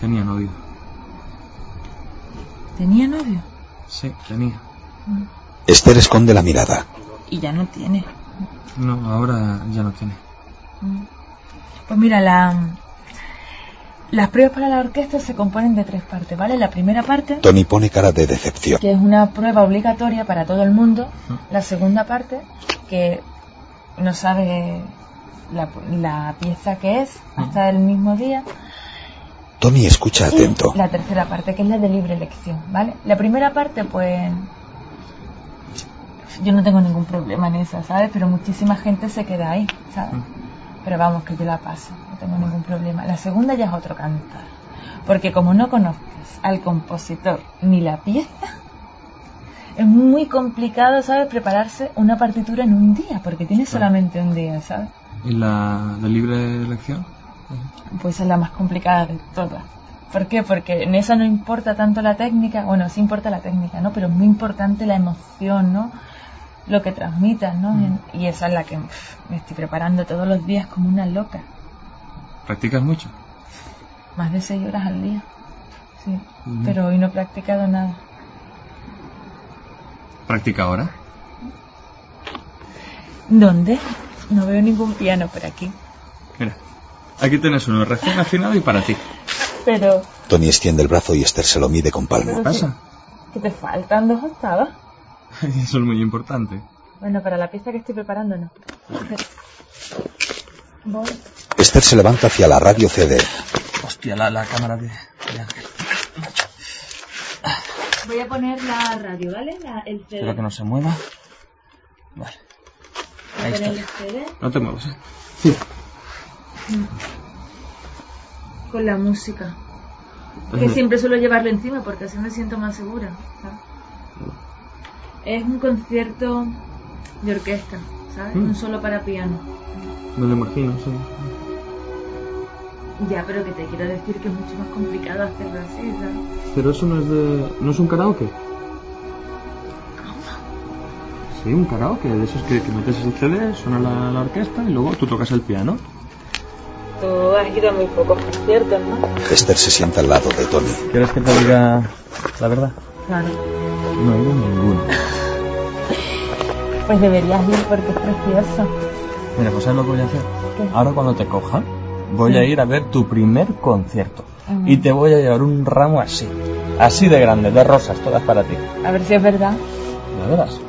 Tenía novio.
Tenía novio.
Sí, tenía.
Esther esconde la mirada.
Y ya no tiene.
No, ahora ya no tiene.
Pues mira, la... Las pruebas para la orquesta se componen de tres partes, ¿vale? La primera parte,
Tony pone cara de decepción.
que es una prueba obligatoria para todo el mundo. La segunda parte, que no sabe la, la pieza que es hasta el mismo día.
Tony escucha
Y
atento.
La tercera parte, que es la de libre elección, ¿vale? La primera parte, pues. Yo no tengo ningún problema en esa, ¿sabes? Pero muchísima gente se queda ahí, ¿sabes? Pero vamos, que yo la paso, no tengo ningún problema. La segunda ya es otro cantar. Porque como no conozcas al compositor ni la pieza, es muy complicado, ¿sabes? Prepararse una partitura en un día, porque tienes solamente un día, ¿sabes?
¿Y la de libre elección?
Pues es la más complicada de todas. ¿Por qué? Porque en esa no importa tanto la técnica, bueno, sí importa la técnica, ¿no? Pero es muy importante la emoción, ¿no? Lo que transmitas, ¿no?
Mm.
Y esa es la que pf, me estoy preparando todos los días como una loca,
¿Practicas mucho?
más de seis horas al día. Sí,
Ujú.
pero hoy no he practicado nada.
¿Practica ahora?
¿Dónde? No veo ningún piano por aquí.
Mira, aquí tienes uno recién afinado y para ti.
Pero,
Tony extiende el brazo y Esther se lo mide con palmo.
¿Qué pasa? ¿qué te faltan dos octavas?
Eso es muy importante.
Bueno, para la pieza que estoy preparando no. Voy.
Esther se levanta hacia la radio CD.
Hostia, la, la cámara de... de Ángel.
Voy a poner la radio, ¿vale? La- el CD.
Espero que no se mueva. Vale.
Voy a
Ahí
poner
está.
el CD
No te muevas, ¿eh?
Mm. Con la música. Que
Ujú.
siempre suelo llevarlo encima porque así me siento más segura. ¿sabes? Es un concierto de orquesta, ¿sabes?
Mm.
Un solo para piano.
No lo imagino, sí.
Ya, pero que te quiero decir que es mucho más complicado hacerlo así, ¿sabes?
Pero eso no es de... ¿No es un karaoke? Sí, un karaoke, de esos que, que metes el CD, suena la, la orquesta y luego tú tocas el piano.
Tú has ido a muy pocos conciertos, ¿no?
Esther se sienta al lado de Tony.
¿Quieres que te diga la verdad?
Claro.
No he ido a ninguno.
Pues deberías ir porque es precioso.
Mira, pues ¿sabes lo que voy a hacer?
¿Qué?
Ahora cuando te coja, voy a ir a ver tu primer concierto.
Ah.
Y te voy a llevar un ramo así, así de grande, de rosas, todas para ti.
A ver si es verdad.
¿La verás?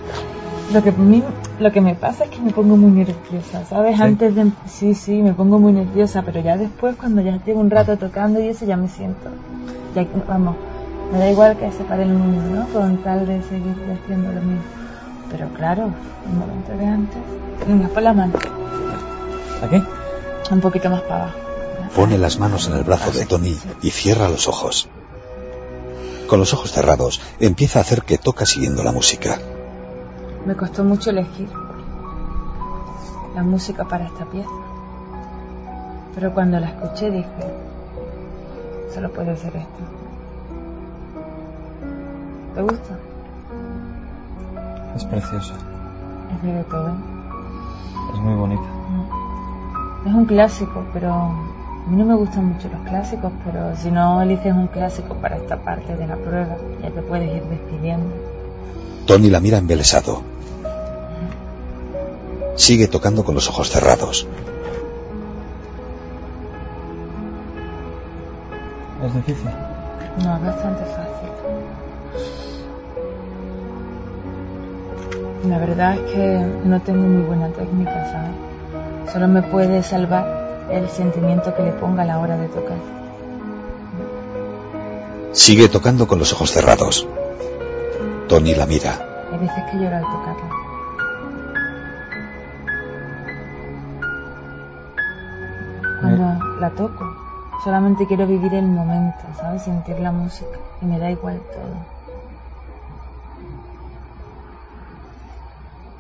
Lo que, a mí- lo que me pasa es que me pongo muy nerviosa, ¿sabes?
¿Sí?
Antes de... Sí, sí, me pongo muy nerviosa, pero ya después, cuando ya llevo un rato tocando y eso, ya me siento... Ya, vamos, me da igual que se pare el mundo, ¿no? Con tal de seguir haciendo lo mismo. Pero claro, el momento de antes... Venga, pon la mano,
¿Aquí?
un poquito más para abajo.
Pone las manos en el brazo de Tony y cierra los ojos. Con los ojos cerrados, empieza a hacer que toca siguiendo la música.
Me costó mucho elegir la música para esta pieza. Pero cuando la escuché dije, solo puede ser esto. ¿Te gusta?
Es preciosa,
Es de Beethoven.
es muy bonita.
Mm. Es un clásico, pero a mí no me gustan mucho los clásicos, pero si no eliges un clásico para esta parte de la prueba, ya te puedes ir decidiendo.
Tony la mira embelesado. Sigue tocando con los ojos cerrados.
Es difícil.
No, es bastante fácil. La verdad es que no tengo muy buena técnica, ¿sabes? Solo me puede salvar el sentimiento que le ponga a la hora de tocar.
Sigue tocando con los ojos cerrados. Tony la mira.
Hay veces que llora al tocarla. Cuando la toco, solamente quiero vivir el momento, ¿sabes? Sentir la música y me da igual todo.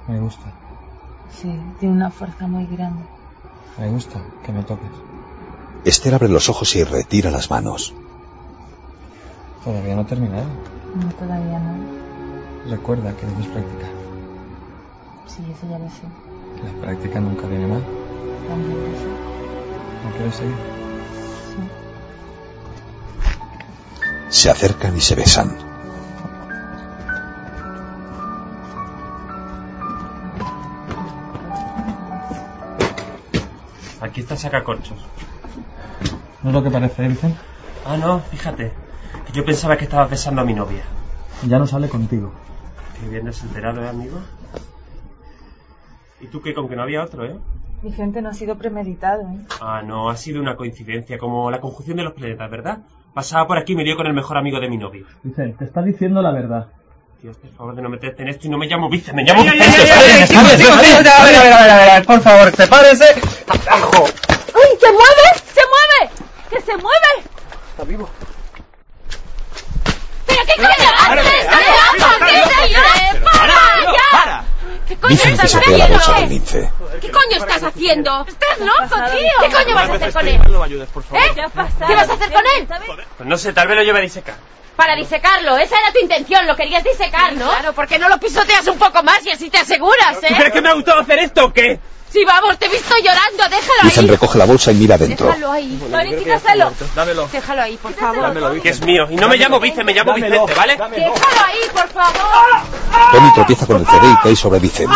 Me gusta,
Sí, tiene una fuerza muy grande.
me gusta que me toques.
Esther abre los ojos y retira las manos.
Todavía no he terminado.
No, todavía no.
Recuerda que debes practicar.
Sí, eso ya lo sé.
Que la práctica nunca viene mal.
También lo sé.
No quieres seguir.
Se acercan y se besan.
Aquí está sacacorchos.
¿No es lo que parece, ¿eh, Vicente?
Ah, no, fíjate. Que yo pensaba que estabas besando a mi novia.
Ya no sale contigo.
Qué bien desenterado, ¿eh, amigo? ¿Y tú qué? Con que no había otro, ¿eh?
Mi gente no ha sido premeditado, ¿eh?
Ah, no, ha sido una coincidencia, como la conjunción de los planetas, ¿verdad? Pasaba por aquí y me dio con el mejor amigo de mi novio.
Vicente, te está diciendo la verdad.
Dios, por favor, de no meterte en esto y no me llamo Vice, me llamo Vice.
Vale, vale,
A ver, a ver, a ver, a ver,
por favor, sepárese. ¡Ajo!
¡Uy, se mueve! ¡Se mueve! ¡Que se mueve!
Está vivo.
¡Pero qué coño haces! ¡Dale agua! ¡Que se lleve! ¡Para! ¡Ya! ¿Qué coño
Vicente
estás
saquea la bolsa de
haciendo?
lince.
¿Qué coño estás haciendo? ¡Estás loco, tío! ¿Qué coño vas a hacer con él?
No lo ayudes, por favor.
¿Eh? ¿Qué vas a hacer con él?
Pues no sé, tal vez lo lleve a disecar.
Para disecarlo, esa era tu intención, lo querías disecar, ¿no? Claro, porque no lo pisoteas un poco más y así te aseguras, ¿eh?
¿Tú crees que me ha gustado hacer esto o qué?
Sí, vamos, te he visto llorando, déjalo
Vicente recoge la bolsa y mira adentro.
Déjalo ahí.
Tony, creo que ya está quítaselo. muerto.
Dámelo. Déjalo ahí, por favor.
que es mío. Y no me llamo Vice, me llamo Vicente, ¿vale?
Déjalo ahí, por favor.
Tony tropieza con el CD y cae sobre Vicente.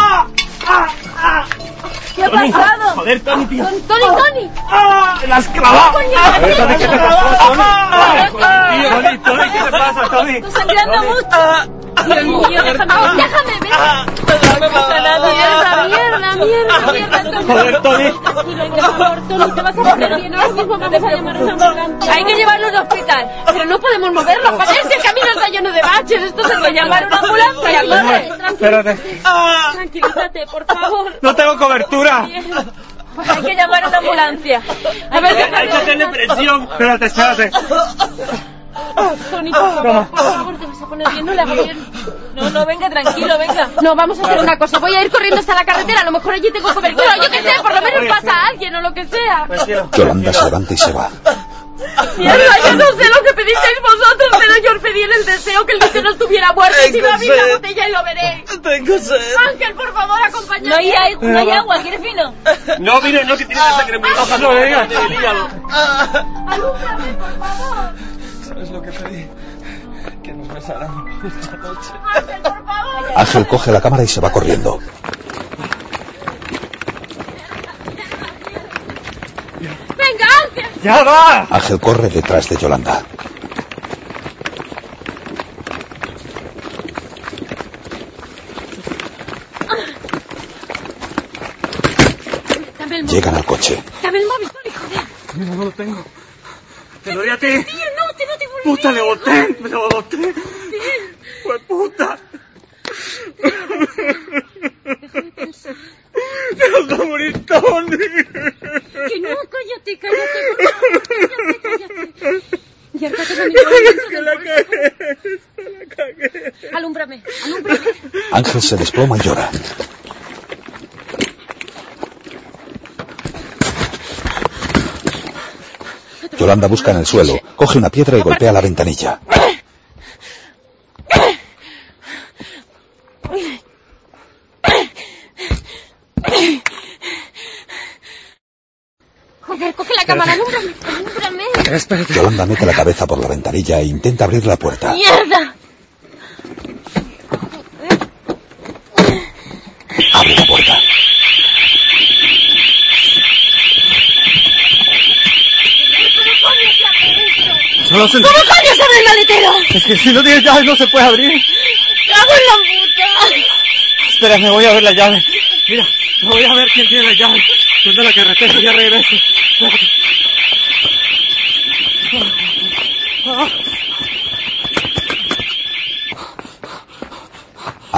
¿Qué ha
Tony,
pasado?
Joder, Tony, tío.
Tony, Tony. ¡Ah!
¡La has clavado!
¡Coño!
A ver, Tony, ¿qué te pasa, Tony? ¡Ah!
Tony!
Tony, Tony, ¿qué te pasa, Tony?
¡Estás tirando
Ah.
mucho! Dios mío, déjame, déjame, ven. Mierda, mierda, mierda,
Ah.
mierda.
Joder, Tony. Ah.
Tranquilo, venga, por favor, Tony, te vas a poner bien. Ahora mismo vamos a llamar a una ambulancia.
Hay que llevarlo al hospital, pero no podemos moverlo. Parece que el camino está lleno de baches. Esto se puede llamar una ambulancia, madre.
Espérate.
Tranquilízate, por favor.
No tengo cobertura.
Pues hay que llamar a una ambulancia. A ver,
Hay que tener presión. Espérate, espérate.
Tony, por favor, por favor, te vas a poner bien, no le hagas bien. No, no, venga, tranquilo, venga.
No, vamos a hacer una cosa. Voy a ir corriendo hasta la carretera. A lo mejor allí tengo cobertura. Yo qué sé, por lo menos pasa a alguien o lo que sea.
Yolanda se levanta y se va.
Mierda, yo no sé lo que pedisteis vosotros, pero yo os pedí en el deseo que el niño no estuviera muerto. Si
Tengo
va a abrir la
sed.
botella y lo veréis.
Tengo sed.
Ángel, por favor, acompáñame.
No hay, ai- no hay agua, ¿quieres vino?
No, mira, no, que tienes la sangre muy roja. No, venga.
Alúmbrame, por favor.
¿Sabes lo que pedí? Que nos besaran esta noche.
Ángel, por favor.
Ángel coge la cámara y se va corriendo.
Venga, Ángel.
¡Ya va!
Ángel corre detrás de Yolanda.
Dame el móvil.
Llegan al coche.
Dame el móvil, Tony, joder.
Mira, no lo tengo. Te lo di a ti.
Tío, no, te no te volví.
Puta, le boté. Me lo boté. Pues puta. Te vas a morir, Tony.
Que no, cállate, cállate, por favor, cállate, cállate. Y ahora tengo mi móvil dentro del bolso. Alúmbrame, alúmbrame.
Ángel se desploma y llora. Yolanda busca en el suelo, coge una piedra y golpea la ventanilla.
Joder, coge la cámara, alúmbrame, alúmbrame.
Yolanda mete la cabeza por la ventanilla e intenta abrir la puerta.
¡Mierda!
Abre la puerta.
Solo se...
¿Cómo coño se abre el maletero?
Es que si no tienes llaves no se puede abrir.
¡Cago en la puta!
Espera, me voy a ver las llaves. Mira, me voy a ver quién tiene las llaves.
Siendo la carretera, ya regreso.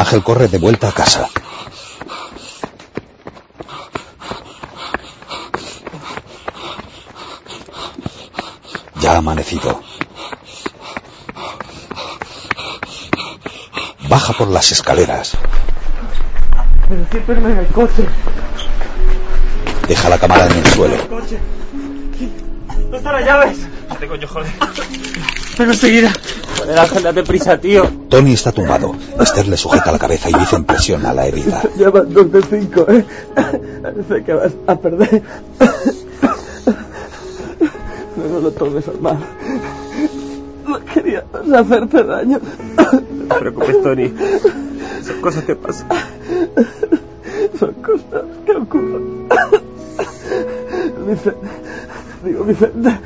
Ángel corre de vuelta a casa. Ya ha amanecido. Baja por las escaleras,
Pero siempre en el coche.
deja la cámara en el suelo.
coche. ¿Dónde están las llaves?
Te coño, joder.
Pero enseguida. Joder, Ángel, date prisa, tío.
Tony está tumbado. Esther le sujeta la cabeza y dicen presiona la herida.
Llevas dos de cinco, ¿eh? Sé que vas a perder. No, no lo tomes a mal. No quería hacerte daño.
No te preocupes, Tony. Son cosas que pasan.
Son cosas que ocurren. Vicente, digo Vicente,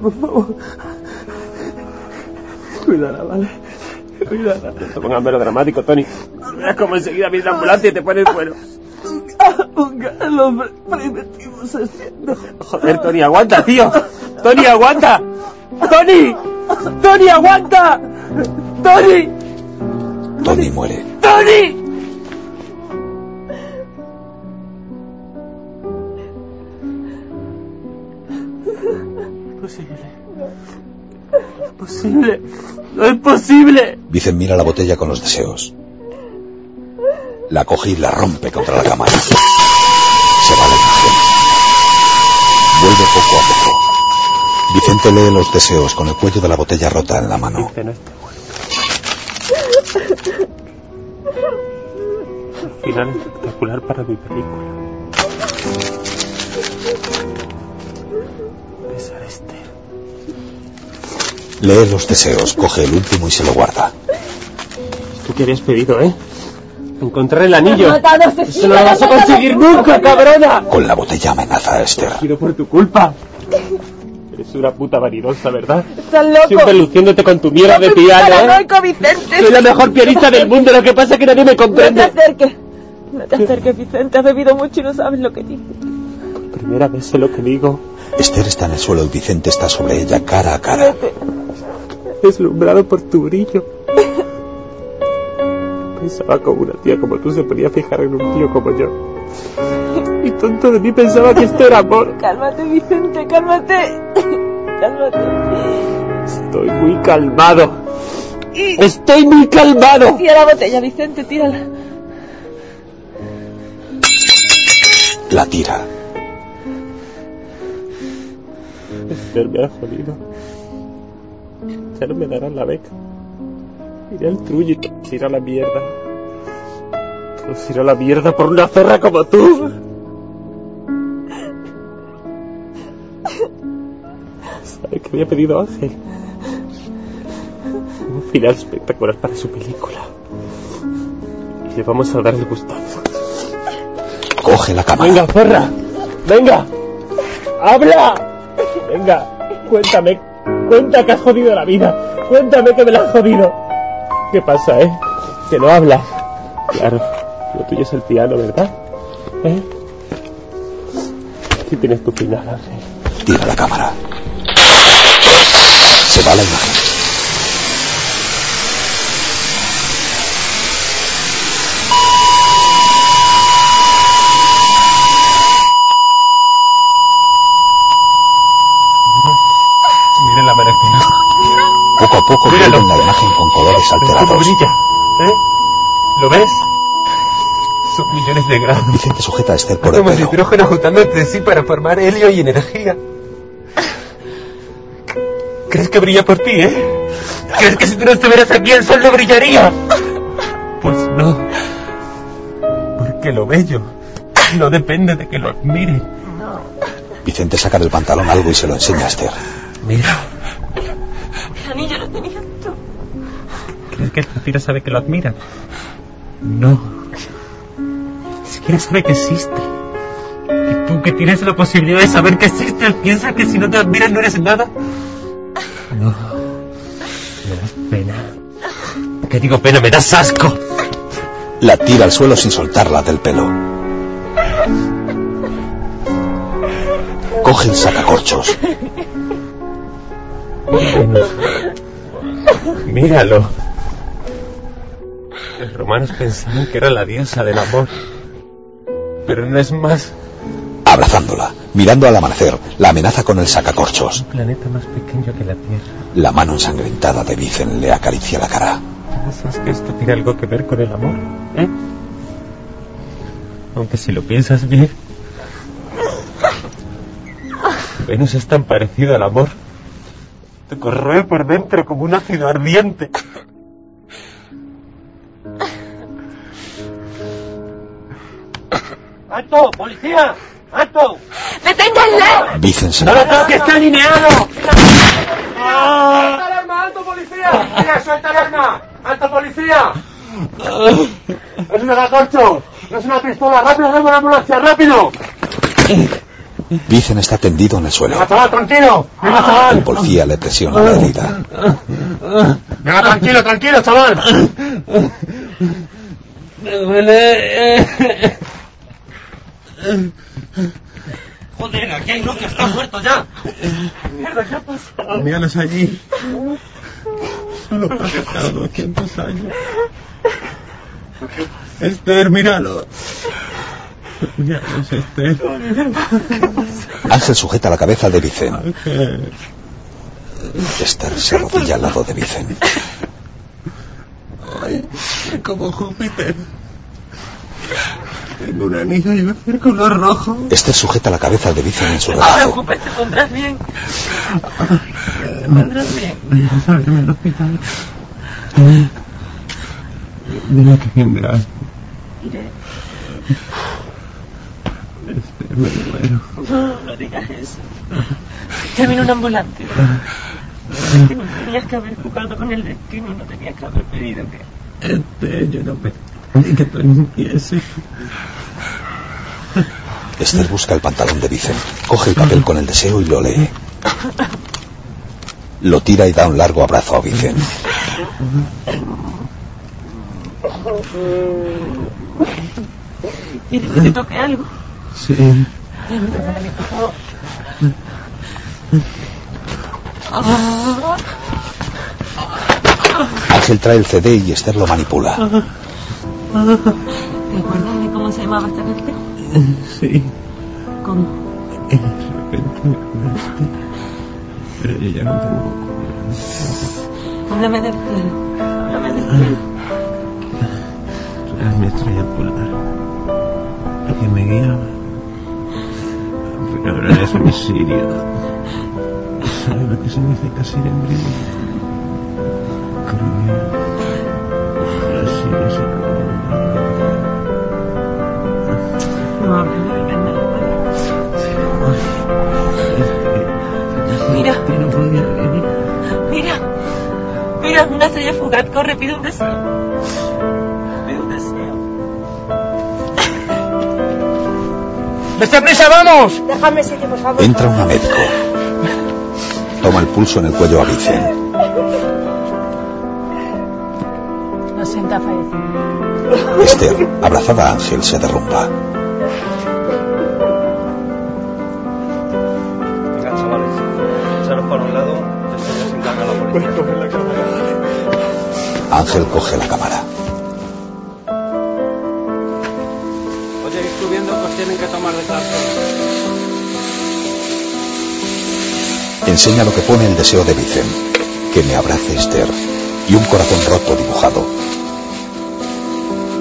por favor, cuídala, ¿vale? Cuídala.
Te pongas melodramático, Tony. Veas como enseguida viene la ambulancia y te pone el suelo.
El hombre primitivo se siente.
Joder, Tony, aguanta, tío. Tony, aguanta. Tony. Tony, aguanta. Tony.
Tony muere.
¡Tony! Posible. Posible. No es posible.
Vicen mira la botella con los deseos. La coge y la rompe contra la cámara. Se va la imagen. Vuelve poco a poco. Vicente lee los deseos con el cuello de la botella rota en la mano.
Final espectacular para mi película. Besar este.
Lee los deseos, coge el último y se lo guarda.
Tú que habías pedido, ¿eh? Encontrar el anillo.
Has matado a este
Eso
chico,
no lo
has
vas a
matado a
conseguir
este
nunca,
chico.
cabrona.
Con la botella amenaza a Esther.
Quiero por tu culpa. Eres una puta vanidosa, ¿verdad?
Estás loco.
Siempre luciéndote con tu mierda de piano, ¿eh?
Paranoico, Vicente.
Soy la mejor pianista del mundo, lo que pasa es que nadie me
No
comprende.
te acerques. No te acerques, Vicente. Has bebido mucho y no sabes lo que dices.
Primera vez sé lo que digo.
Esther está en el suelo y Vicente está sobre ella cara a cara.
deslumbrado por tu brillo. Pensaba como una tía como tú se podía fijar en un tío como yo. Y tonto de mí pensaba que esto era amor.
Cálmate, Vicente, cálmate. Cálmate.
Estoy muy calmado. Estoy muy calmado.
Tira la botella, Vicente, tírala.
La tira.
Esther me ha jodido. Ya no me darán la beca. Iré al trullo y te irá a la mierda. Os irá a la mierda por una zorra como tú. ¿Sabes qué había pedido Ángel? Un final espectacular para su película. Y le vamos a dar el gustazo.
Coge la cámara.
Venga, zorra. Venga. Habla. Venga. Cuéntame. Cuenta que has jodido la vida. Cuéntame que me la has jodido. ¿Qué pasa, eh? Que no hablas. Claro. Lo tuyo es el piano, ¿verdad? ¿Eh? Aquí tienes tu final, Ángel.
Tira la cámara. Se va la imagen.
Miren la merecina.
Poco a poco vuelven la imagen con colores alterados.
¿Eh? ¿Lo ves? Son millones de grados.
Vicente sujeta a Esther por el
Átomos de
pelo.
hidrógeno juntando entre sí para formar helio y energía. ¿Crees que brilla por ti, eh? ¿Crees que si tú no estuvieras aquí el sol no brillaría? Pues no. Porque lo bello no depende de que lo admiren.
Vicente saca del pantalón algo y se lo enseña a Esther.
Mira,
El anillo lo tenías tú.
¿crees que Zafira sabe que lo admiran? No. Ni siquiera sabe que existe. Y tú que tienes la posibilidad de saber que existe, piensas que si no te admiran no eres nada. No. Me das pena. ¿Qué digo pena? Me das asco.
La tira al suelo sin soltarla del pelo. Coge el sacacorchos.
Míralo. Los romanos pensaban que era la diosa del amor. Pero no es más
Abrazándola, mirando al amanecer, la amenaza con el sacacorchos.
un planeta más pequeño que la Tierra.
La mano ensangrentada de Vicen le acaricia la cara.
¿Piensas que esto tiene algo que ver con el amor? ¿Eh? Aunque si lo piensas bien, Venus es tan parecido al amor. Te corroe por dentro como un ácido ardiente.
¡Alto! ¡Policía! ¡Alto! ¡Deténganle!
Vicen se
¡No lo
levanta.
toques! ¡Está alineado!
¡Suelta el arma, alto policía! ¡Mira, suelta el arma! ¡Alto policía! ¡Es un agacorcho! ¡No es una pistola! ¡Rápido, llama a la ambulancia! ¡Rápido!
Vicen está tendido en el suelo.
¡Chaval, tranquilo! ¡Venga,
El
chaval!
policía le presiona la herida.
¡Venga, tranquilo, tranquilo, chaval!
¡Me duele! ¡Joder, aquí hay uno que está muerto ya! ¡Mierda, qué ha pasado!
Míralos allí. Solo pasado 200 años. Esther, míralo. Míralos, Esther.
Ángel sujeta la cabeza de Vicen. Esther se arrodilla al lado de Vicen.
Ay, como Júpiter. Tengo un anillo y un círculo rojo.
Esther sujeta la cabeza de Vicen en su
Ahora,
regazo.
Júpiter, te pondrás bien. Te pondrás bien.
Dejas abrirme el hospital. Dime que vendrás.
Iré.
Esther, Este, me muero.
No digas eso. Ya vino una ambulancia. Tenías que haber jugado con el destino, no tenías que haber pedido que...
Esther, Este, yo no pensé que tú existieses.
Esther busca el pantalón de Vicen, coge el papel con el deseo y lo lee. Lo tira y da un largo abrazo a Vicen.
¿Quieres que te toque algo?
Sí.
Ah.
Ángel trae el CD y Esther lo manipula.
¿Te acuerdas de cómo se llamaba esta canción?
Sí.
Con...
De repente me acordaste. Pero yo ya no tengo.
Háblame del cielo. Háblame del cielo.
Era mi estrella polar. La que me guiaba. Pero ahora es mi Sirio. ¿Sabes lo que significa ser en griego? Creo que los sirios se
Mira. Mira. Mira, una estrella fugaz. Corre, pide un deseo. Pide un deseo.
¡Desde prisa, vamos!
Déjame seguir, por favor.
Entra una médico. Toma el pulso en el cuello a Vicen.
Lo siento, ha fallecido.
Esther, Este, abrazada a Ángel, se derrumba.
Venga, chavales, echaros para un lado, después ya se encarga la policía.
Ángel coge la cámara.
Oye, que estoy viendo que os pues tienen que tomar de
Enseña lo que pone el deseo de Vicen. Que me abrace Esther. Y un corazón roto dibujado.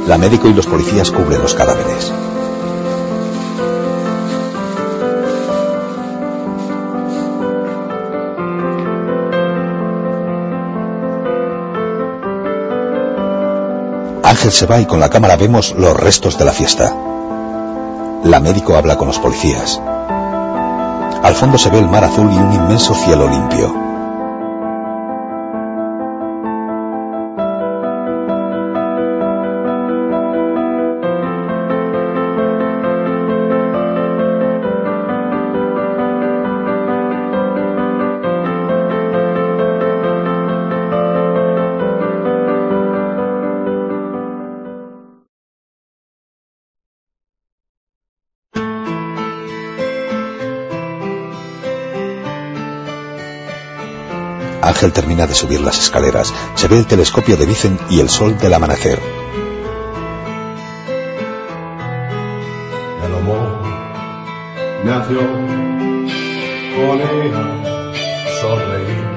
La médico y los policías cubren los cadáveres. Ángel se va y con la cámara vemos los restos de la fiesta. La médico habla con los policías. Al fondo se ve el mar azul y un inmenso cielo limpio. Ángel termina de subir las escaleras. Se ve el telescopio de Vicen y el sol del amanecer.
El amor nació con ella sonreír.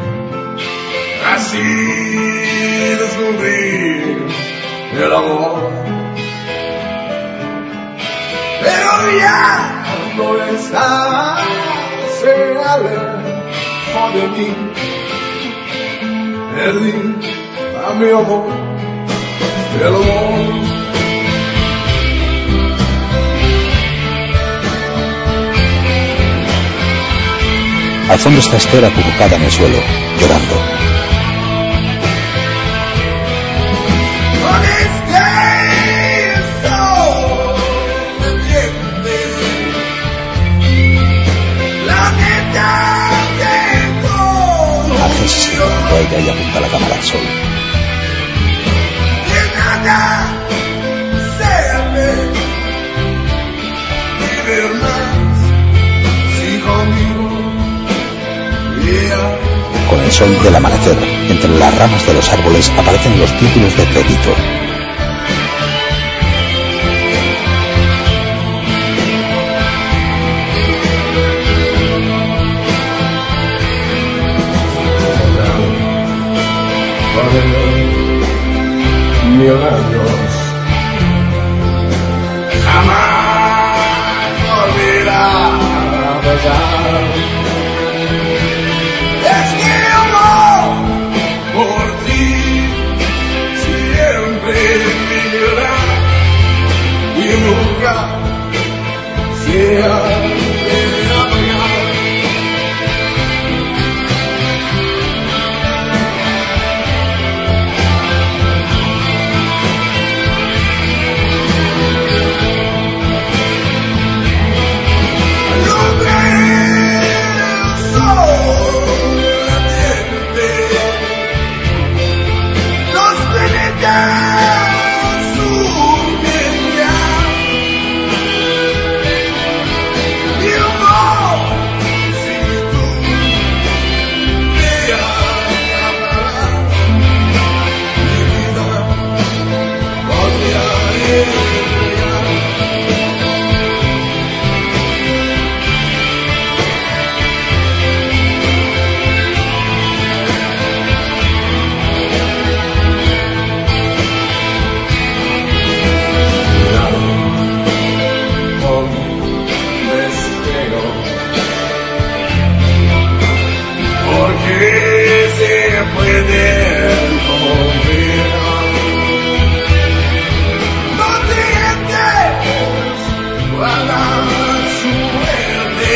Así descubrí el amor. Pero ya no está, se alejó de mí. Perdí a mi amor, el amor.
Al fondo está Esther acurrucada en el suelo, llorando. Ángel se sienta junto a ella y apunta la cámara al sol. Con el sol del amanecer, entre las ramas de los árboles aparecen los títulos de crédito.
Millonarios. Jamás olvidará pasar. Es que amor por ti siempre vivirá y nunca se ha de apagar. Los planetas suben ya. Mi amor, si tú me amarás, mi vida volverá con despego. Porque se puede morir. No tientes a la suerte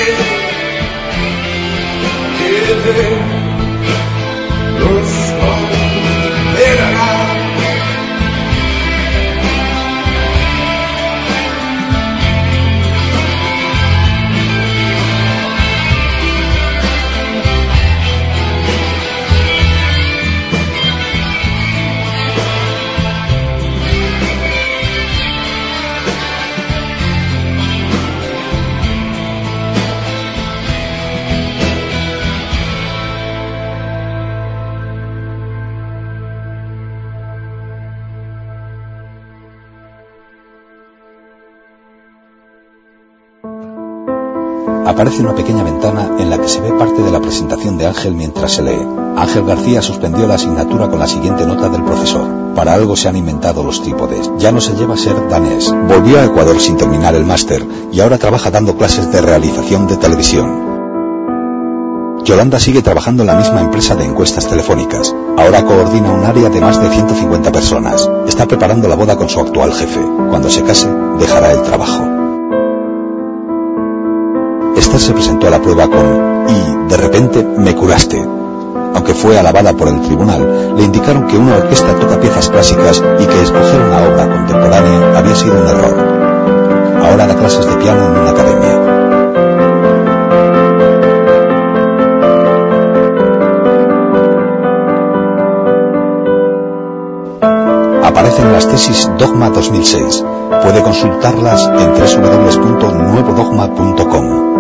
que te nos condenará.
Aparece una pequeña ventana en la que se ve parte de la presentación de Ángel mientras se lee. Ángel García suspendió la asignatura con la siguiente nota del profesor. Para algo se han inventado los trípodes. Ya no se lleva a ser danés. Volvió a Ecuador sin terminar el máster y ahora trabaja dando clases de realización de televisión. Yolanda sigue trabajando en la misma empresa de encuestas telefónicas. Ahora coordina un área de más de 150 personas. Está preparando la boda con su actual jefe. Cuando se case, dejará el trabajo. Esther se presentó a la prueba con y de repente me curaste. Aunque fue alabada por el tribunal, le indicaron que una orquesta toca piezas clásicas y que escoger una obra contemporánea había sido un error. Ahora da clases de piano en una academia. Aparecen las tesis Dogma 2006. Puede consultarlas en www.nuevodogma.com.